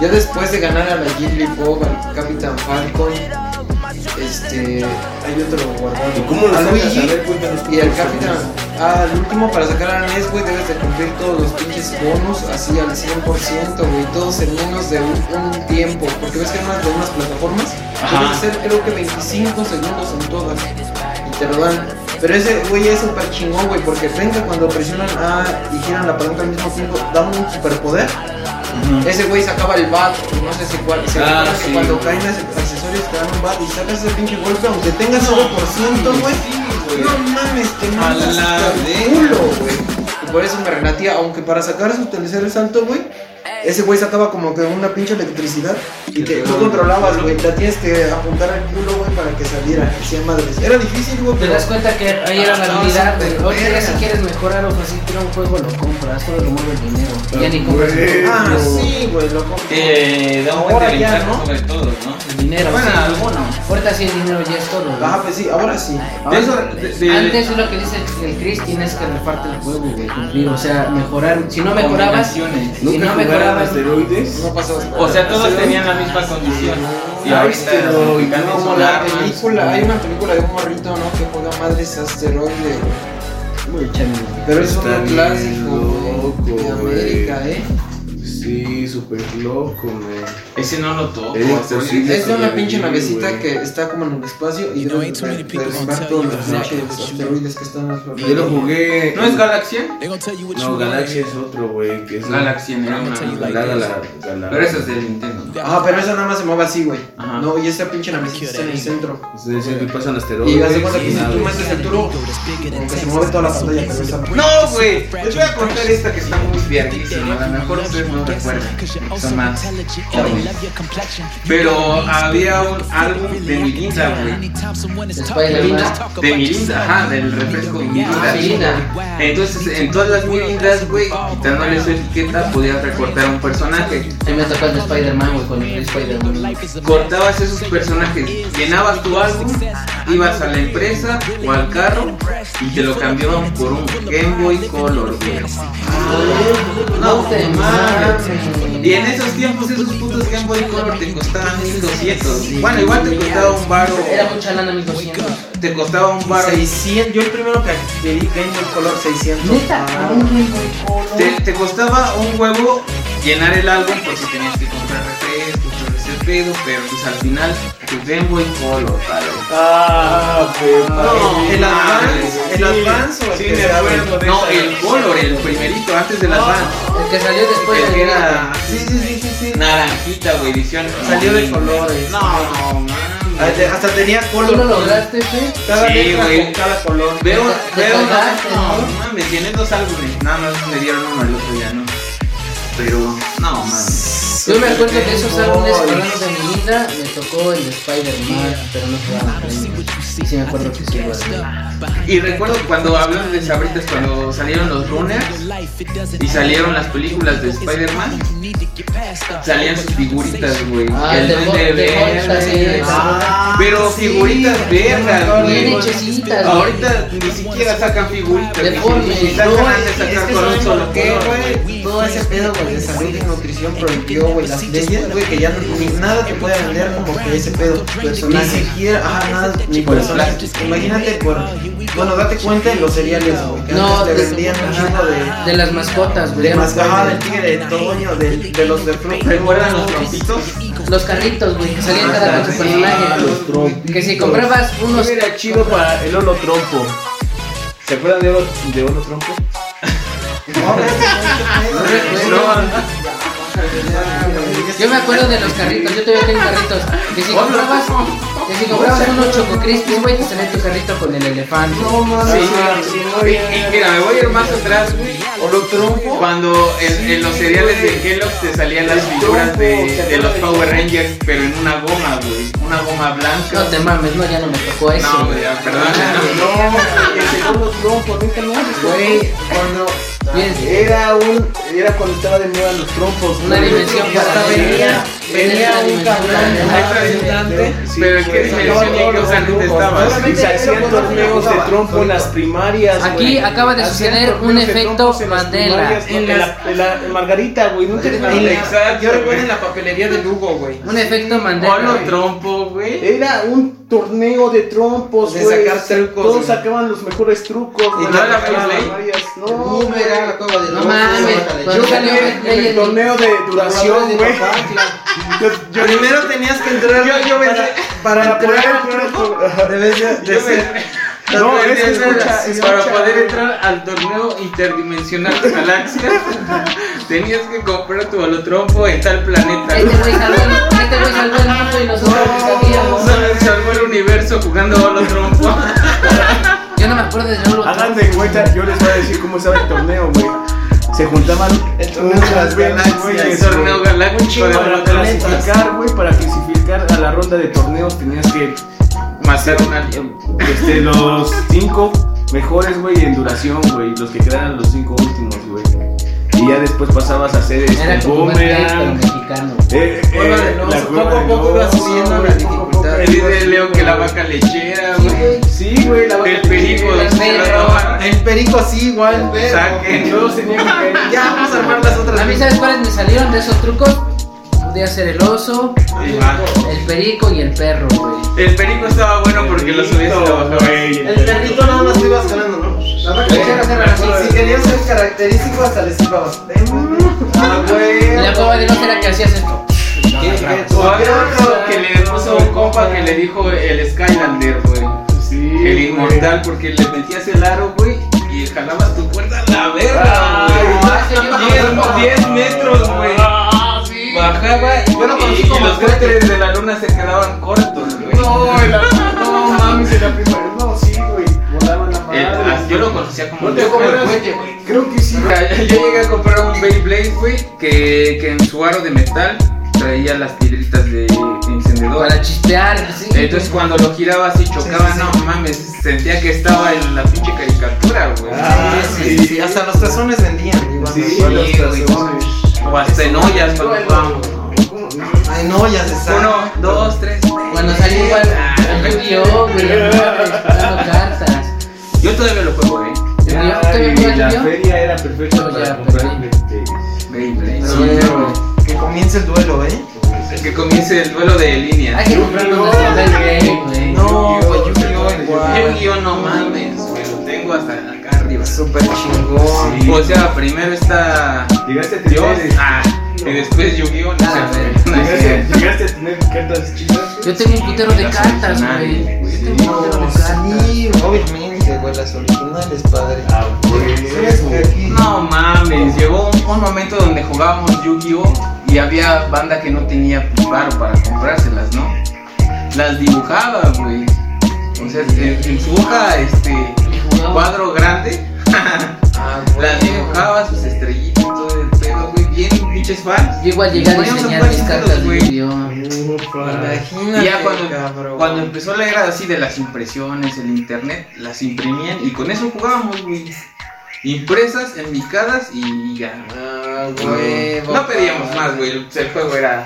S1: Ya después de ganar a la Jigglypuff, al Capitán Falcon, este. Hay otro guardado.
S2: ¿Y cómo lo
S1: A
S2: sacas? A
S1: Luigi
S2: ver, cuéntanos
S1: y
S2: cómo
S1: al
S2: lo sacas.
S1: Capitán. Ah, al último para sacar al mes, güey, debes de cumplir todos los pinches bonos así al 100%, güey, todos en menos de un, un tiempo. Porque ves que en unas, de unas plataformas
S2: Ajá.
S1: debes hacer creo que 25 segundos en todas y te lo dan. Pero ese, güey, es súper chingón, güey, porque ven que cuando presionan A y giran la palanca al mismo tiempo, dan un superpoder. Ese güey sacaba el bat, no sé si cuál. Se
S2: Ah,
S1: acuerdan que
S2: sí.
S1: Cuando caen los accesorios te dan un bat y sacas ese pinche golpe, aunque tengas 1%, güey. No mames, te mandas
S2: la
S1: hasta el culo, güey. Y por eso me renatía, aunque para sacar su tercer salto, güey. Ese güey sacaba como que una pinche electricidad y te, tú controlabas, güey. La tienes que apuntar al culo, güey, para que saliera. Hacía madres. Era difícil, güey,
S4: Te
S1: pero.
S4: das cuenta que ahí era la
S1: Ah,
S4: habilidad,
S1: sí,
S4: güey.
S1: pero
S4: Ahorita ya
S1: verga.
S4: si quieres mejorar o conseguir un juego lo compras, solo lo mueve el dinero. Ya ni compras el
S2: Güey.
S4: juego,
S1: Ah, sí, güey, loco.
S3: Te da eh, un buen
S1: Ahora ya,
S3: ventaja
S1: ¿no?
S3: sobre todo, ¿no?
S4: el dinero.
S3: Bueno,
S4: sí.
S3: alguno.
S4: Ahorita sí el dinero ya es todo, güey.
S1: Ajá, pues sí, ahora sí.
S4: Ahora,
S3: eso, de- de-
S4: Antes es lo que dice el Chris, tienes que reparte el juego, güey, cumplir, o sea, mejorar. Si no mejorabas,
S3: Combinaciones.
S4: si no
S2: jugaron
S3: este
S4: mejorabas,
S2: asteroides?
S1: No pasabas.
S3: O sea, todos tenían la misma condición. Y
S2: Ah,
S3: ahorita
S2: este,
S3: los
S2: no,
S3: mexicanos
S1: Como
S3: son
S1: la
S3: armas.
S1: película, hay una película de un morrito, ¿no? Que juega madres asteroide, güey.
S4: Uy, chale.
S1: Pero es
S2: Está
S1: un
S2: bien
S1: clásico, güey, de
S2: loco, güey.
S1: América, ¿eh?
S2: Sí, súper loco, güey.
S3: Ese no lo toco.
S2: El exorcismo.
S1: Es de una pinche
S2: Sí,
S1: navecita
S2: güey.
S1: que está como en el espacio y
S8: You know,
S1: debe
S8: ain't too many
S1: de
S8: people
S1: derrumbar
S8: gonna
S1: todos los
S8: tell you
S1: pinches
S8: that.
S1: asteroides que están en
S2: Yo lo jugué.
S3: ¿No es Galaxia?
S8: They gonna tell you what you
S2: No,
S8: want.
S2: Galaxia es otro, güey. Que es
S3: Galaxia era una.
S2: Galaga, la, la, la-
S3: Pero eso es de Nintendo. ¿no?
S1: Ah, pero esa nada más se mueve así, güey.
S3: Ajá.
S1: No, y esa pinche navecita está en el centro.
S2: Es decir, que pasan asteroides.
S1: Y hace cuenta que
S2: y
S1: si tú
S2: naves.
S1: metes el turo, como que se mueve toda la pantalla, pero esa no.
S3: No, güey. Les voy a contar esta que está muy verguísima. A lo mejor ustedes no recuerdan. porque Son más. jóvenes. Pero había un álbum de Mirinda, güey.
S4: Spider-Man.
S3: De Mirinda, ajá, del refresco de Mirinda.
S4: Ah, Mirinda.
S3: Entonces, en todas las Mirindas, güey, quitándole su etiqueta, podías recortar un personaje.
S4: A mí me tocó el de Spider-Man, güey, con el Spider-Man.
S3: cortabas esos personajes, llenabas tu álbum, ibas a la empresa o al carro y te lo cambiaban por un Game Boy Color, güey.
S4: No
S3: No,
S4: te mames.
S3: Y en esos tiempos esos putos Game Boy Color te costaban 1200. Bueno, igual te costaba un baro,
S4: Era mucha lana, 1200.
S3: te costaba un baro.
S1: 600, yo el primero que pedí tengo el color 600.
S4: Neta,
S1: Ah.
S4: aún no hay güey,
S3: Te, te costaba un huevo llenar el álbum porque tenías que comprar refrescos, todo ese pedo, pero pues al final tu Game Boy Color, padre.
S2: Ah, güey.
S3: No,
S1: el
S3: mames.
S1: advance, el advance o el
S2: Sí,
S1: que
S2: me
S1: se abre.
S2: acuerdo de
S3: No,
S2: esa.
S3: el color, el primerito, antes de las bandas.
S4: El que salió después
S3: El
S4: de
S3: que era
S1: Sí, sí, sí, sí, sí.
S3: naranjita, güey, edición.
S1: Salió de colores.
S3: No, no, mames.
S1: Ah, Hasta hasta tenía
S4: ¿Tú
S1: color.
S4: lo lograste, güey?
S1: Cada
S3: Sí,
S1: letra
S3: güey.
S1: con cada color.
S3: Veo,
S4: Te- te
S3: veo, no,
S4: colgaste,
S3: no,
S4: ¿no?
S3: mames, tiene dos álbumes. Nada más me dieron uno el otro día, ¿no? Pero, no, mames.
S4: Yo me acuerdo de esos álbumes hablando de mi vida, me tocó el de Spider-Man, pero no jugaba premios. Y sí me acuerdo que sí, güey.
S3: Y recuerdo cuando hablan de Sabritas, cuando salieron los runners y salieron las películas de Spider-Man, salían sus figuritas, güey.
S4: Ah,
S3: el
S4: de
S3: Duende
S4: Hulk- de Hulk,
S3: Verde.
S4: sí.
S1: Ah,
S3: Pero figuritas vergas,
S4: Bien
S3: güey.
S4: hechecitas. güey.
S3: Ahorita ni siquiera sacan figuritas.
S4: De
S3: ni
S4: forma,
S3: siquiera- ni
S1: No,
S3: sacan
S1: es-
S3: antes
S1: es
S3: sacar
S1: que
S3: con un
S1: saben
S3: solo
S1: por qué,
S3: color.
S1: güey. Todo ese pedo, güey, de salud y nutrición prohibió, güey, las leyes, güey, que ya ni nada te puede vender como que ese pedo. Ni siquiera, ajá, nada, ni personajes. Imagínate por, bueno, date cuenta de los cereales, güey, que
S4: No,
S1: antes te
S4: de-
S1: vendían un chingo de,
S4: De las mascotas, güey.
S1: de
S4: ya no
S1: mascada, del
S4: pueden.
S1: tigre de Toño, de, de los de fruta.
S3: ¿Recuerdan los trompitos?
S4: Los carritos, güey, que salían cada con su
S2: Ah, los
S4: personaje.
S2: trompitos.
S4: Que si comprabas unos.
S2: Era chido para el Olo Trompo. ¿Se acuerdan de Olo, de Olo Trompo?
S1: No, güey, qué pedo, güey. Ya, güey,
S4: Yo me acuerdo de los carritos, yo todavía tengo carritos. Que si comprabas, que si comprabas unos Choco Crispies, güey, te salía tu carrito con el elefante.
S1: No mames.
S3: Sí, y, y mira, me voy a ir más atrás, güey. Cuando en, en los cereales de Kellogg's te salían las figuras de, de los Power Rangers, pero en una goma, güey. Una goma
S4: No
S3: blanca.
S4: te mames, no, ya no me tocó eso.
S3: No, güey,
S4: güey.
S3: ah, perdón.
S1: Güey, cuando
S4: Bien,
S2: Era un. Era cuando estaba de moda los trompos.
S4: una dimensión
S1: hasta
S4: para
S1: venía, Venía un cabrón.
S3: Pero ¿en qué dimensión y en qué satélite estabas?
S2: Y se hacían torneos de trompo en las primarias.
S4: Aquí
S2: güey.
S4: acaba de
S2: Hacían
S4: suceder
S2: torneos
S4: un
S2: de
S4: efecto
S2: trompos en las
S4: Mandela.
S2: primarias,
S1: En
S2: En
S1: las-
S2: la- en la en Margarita, güey. No te
S1: En la-
S3: Exacto,
S1: Yo recuerdo
S3: güey.
S1: en la papelería de Lugo, güey.
S4: Un efecto
S3: Polo
S4: Mandela.
S3: trompo, güey.
S2: Era un torneo de trompos,
S1: De
S2: güey.
S1: sacar trucos,
S2: Todos
S1: güey.
S2: sacaban los mejores trucos. güey.
S3: no era
S2: Sacaban
S3: Beyblade?
S2: varias- No,
S5: Boomer
S2: güey.
S5: era la cueva de
S4: No
S5: locos,
S4: mames,
S5: la de
S4: cuando
S5: Chucky,
S4: salió
S5: güey.
S2: En el torneo de duración, güey. Yo, yo-
S1: Primero tenías que entrar.
S3: Yo- yo
S1: para-
S3: pensé-
S1: Para
S2: para poder
S1: entrar.
S2: entrar al programa.
S1: Debes de- de
S3: Yo
S1: ser-
S3: me-
S2: No, es
S3: las
S2: que
S3: versiones
S2: escucha,
S3: eran-
S2: escucha.
S3: Para poder entrar al torneo interdimensional de galaxias, tenías que comprar tu holotrompo en tal planeta.
S4: Este güey salvó el- este güey salvó el mundo y nosotros no sabíamos.
S3: Solo salvó el universo jugando holotrompo.
S4: Yo no me acuerdo de Lolo.
S2: Hagan de cuenta, yo les voy a decir cómo estaba el torneo, güey. Se juntaban
S1: El torneo de las
S2: unos 20
S1: galaxias,
S2: güeyes,
S1: el
S3: torneo
S2: güey.
S3: galáctico
S2: Chingo,
S3: de
S2: Para
S3: los planetas.
S2: clasificar, güey, para clasificar a la ronda de torneos tenías que
S3: Matar a un alien.
S2: este, los cinco mejores, güey, en duración, güey. Los que quedaran los cinco últimos, güey. Y ya después pasabas a hacer
S4: Era
S2: este
S4: como un pero
S2: boomerang.
S4: mexicano.
S2: eh,
S1: Cueva del
S2: la
S1: oso,
S2: cueva
S1: poco a
S2: del
S1: poco iba
S2: oso,
S1: subiendo
S2: güey,
S1: la
S2: poco a poco.
S1: dificultad.
S2: El-
S3: Dice Leo que la vaca lechera, güey.
S2: Sí, güey, la
S3: El perico,
S2: güey.
S3: se lo roban.
S1: El perico sí, igual, pero.
S3: Saquen.
S2: Todos tenían que caer.
S1: Ya vamos a armar las otras.
S4: A mí, ¿sabes cuáles me salieron de esos trucos? Podía ser el oso,
S3: Y va.
S4: el perico y el perro, güey.
S3: El perico estaba bueno porque lo subías y lo bajabas.
S1: El perrito nada más te ibas ganando, ¿no? La vaca lechera era la- Si querías ser característico, hasta le silbabas. Ven, ven. Ah, güey.
S4: Y la cueva de los era que hacías esto.
S1: ¿Qué- qué-
S3: O había otro que le puso un compa que le dijo el Skylander, güey.
S2: Sí,
S3: El
S2: güey.
S3: inmortal, porque le metías el aro, güey, y jalabas tu cuerda a la verga,
S4: ese yo me acuerdo.
S3: güey. 10 metros, güey. Bajaba y,
S1: Yo lo conocí
S3: y- y
S1: como
S3: los
S1: cohete.
S3: cráteres de la luna se quedaban cortos, güey.
S2: No, en la, no mames, en la primaria. No, sí, güey. Volaban la madre.
S3: El- ah, yo lo conocía como
S2: ¿No te acuerdas? Creo que sí.
S3: O sea, Yo llegué a comprar un Beyblade, güey, que, que en su aro de metal traía las piedritas de encendedor.
S4: Para chispear, sí.
S3: Entonces cuando lo giraba así chocaba,
S1: Sí, sí,
S3: no mames, sentía que estaba en la pinche caricatura, güey.
S2: Ah,
S1: Sí, sí, sí, Hasta los tazones vendían. igual,
S2: Sí,
S1: ¿no?
S2: los tazones.
S3: O hasta en ollas cuando jugábamos.
S1: Ay, no, ya se sabe.
S3: Uno, dos, tres.
S4: Cuando salió igual
S3: Ah,
S4: el Yu-Gi-Oh, güey, la madre, dando cartas.
S3: Yo todavía lo juego, eh.
S4: El Yu-Gi-Oh,
S2: Ah,
S4: ¿todavía
S2: y
S4: juegas
S2: la
S4: Yu-Gi-Oh?
S2: feria era perfecta
S4: No,
S2: para
S4: ya,
S2: comprar
S4: perdí.
S2: este,
S3: Beyblade.
S1: Sí,
S3: Sí,
S1: güey. Que comience el duelo, ¿eh?
S3: Que comience el duelo de
S4: Hay
S3: línea.
S4: que comprarnos nuestro Beyblade, güey.
S1: No,
S2: Yu-Gi-Oh,
S1: pues
S2: este,
S1: Yu-Gi-Oh igual.
S3: Yo no mames, güey, lo tengo hasta acá arriba.
S1: Súper chingón.
S2: Sí.
S3: O sea, primero está
S2: este, Llegaste a tener.
S3: Dios ah, y después Yu-Gi-Oh! No
S4: Ah,
S3: sé,
S4: güey.
S3: no
S2: Llegaste,
S3: sé.
S2: llegaste a tener cartas chidas.
S4: Yo tengo un putero de cartas,
S3: nadie,
S4: güey.
S2: güey.
S4: Yo tengo un putero de cartas.
S1: Sí, obviamente, güey, las originales, padre.
S2: Ah, güey.
S3: No mames, llegó un, un momento donde jugábamos Yu-Gi-Oh! y había banda que no tenía paro para comprárselas, ¿no? Las dibujaba, güey. O sea, en, en su hoja, este, cuadro grande,
S1: Ah,
S3: las dibujaba, sus estrellitas, todo el pedo, güey, bien pinches fans.
S4: Yo igual llegué a
S3: Poníamos
S4: diseñar
S3: apuestas,
S4: mis cartas de
S3: güey.
S4: Yu-Gi-Oh.
S1: Imagínate,
S3: Y ya cuando,
S1: cabrón.
S3: cuando em, empezó la era así de las impresiones, el internet, las imprimían y con eso jugábamos, güey. Impresas, enmicadas y ya.
S1: Ah, huevo,
S3: No pedíamos
S1: padre.
S3: más, güey. El el juego era.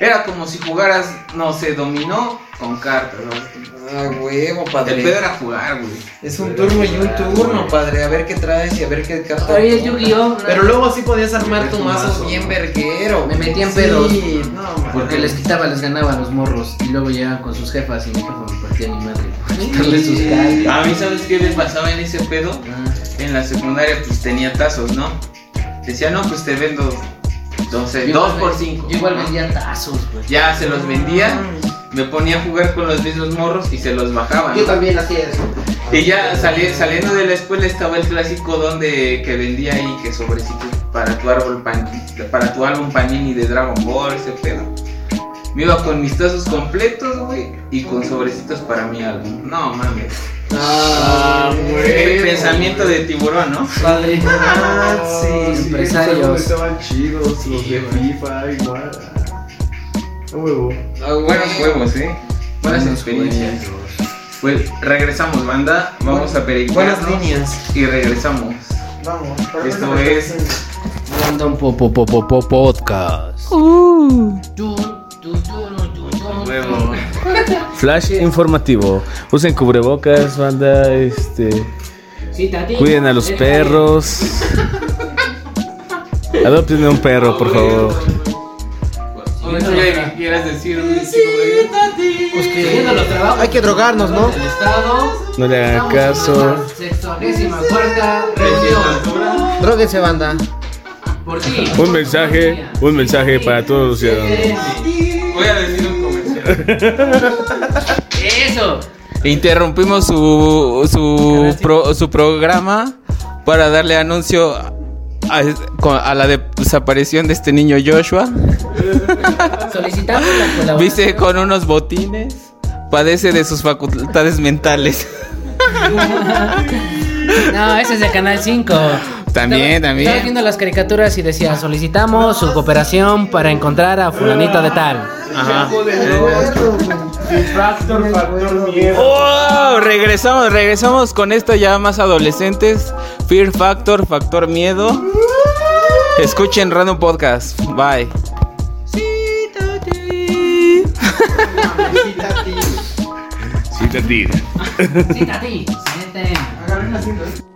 S3: Era como si jugaras, no sé, dominó con cartas. ¿no?
S1: Ah, huevo,
S3: El pedo
S1: padre.
S3: era jugar, güey.
S1: Es un turno y un turno, padre. A ver qué traes y a ver qué carta.
S4: Oye, Yu-Gi-Oh. no-
S1: Pero luego sí podías armar tu mazo
S3: mazo.
S1: bien verguero.
S4: Me metí en
S1: Sí,
S4: pedos.
S1: no,
S4: Porque les quitaba, les ganaba a los morros. Y luego llegaban con sus jefas y mi jefa me partía mi madre. por Quitarle sus cartas.
S3: A mí, ¿sabes qué me pasaba en ese pedo? En la secundaria, pues tenía tazos, ¿no? Decía, no, pues te vendo, no sé,
S4: Yo
S3: dos
S4: igual
S3: por
S4: ve-
S3: cinco.
S4: Yo igual
S3: ¿no?
S4: vendía tazos, pues. güey.
S3: Ya se los vendía, me ponía a jugar con los mismos morros y se los bajaba. ¿no?
S5: Yo también hacía eso.
S3: Y ya sali- saliendo de la escuela estaba el clásico donde que vendía ahí que sobrecitos para tu árbol pan- para tu álbum Panini de Dragon Ball, ese pedo. Me iba con mis tazos completos, güey, y con sobrecitos para mi álbum. No mames.
S1: Ah,
S3: El
S1: güey.
S3: pensamiento de tiburón, ¿no?
S4: Padre.
S1: Ah, sí.
S2: Sí,
S4: empresarios.
S2: esos Estaban chidos, los de
S3: güey.
S2: FIFA, igual. Ah, A huevo.
S1: Ah,
S3: Buenos
S1: güey.
S3: juegos, ¿eh? Buenas
S4: Buenos
S3: experiencias. Pues regresamos, banda. Vamos a
S1: Buenas
S3: periquearnos
S1: líneas.
S3: y regresamos.
S1: Vamos.
S3: Esto es
S4: Random po- po- po- po- po- podcast.
S9: Huevo.
S2: Flash informativo. Usen cubrebocas, banda, este.
S4: Sí, tantito.
S2: Cuiden a los
S4: Eh,
S2: perros. Adopten un perro, por favor.
S10: O eso ya quieras decir. un chico por ahí.
S4: Pues que siguiendo los trabajos
S8: Hay que drogarnos, ¿no?
S4: del Estado.
S2: No le hagan
S4: estamos en
S2: caso.
S4: nuestra Sextuagésima cuarta reunión.
S8: Droguense, banda.
S4: Por ti.
S2: Un mensaje, un mensaje para todos los ciudadanos.
S10: Voy a decir un comercial.
S4: Eso.
S3: Interrumpimos su, su, pro- su programa para darle anuncio a, a la desaparición de este niño Joshua.
S4: Solicitamos la colaboración.
S3: Viste con unos botines. Padece de sus facultades mentales.
S4: No, ese es de Canal 5.
S3: También, también.
S4: Estaba viendo las caricaturas y decía, solicitamos su cooperación para encontrar a fulanito de tal.
S3: Ajá.
S9: Factor, factor, miedo.
S3: ¡Oh! Regresamos, regresamos con esto ya más adolescentes. Fear Factor, Factor Miedo. Escuchen Random Podcast. Bye.
S2: Sí, te
S4: Sí, Tati. Siéntate.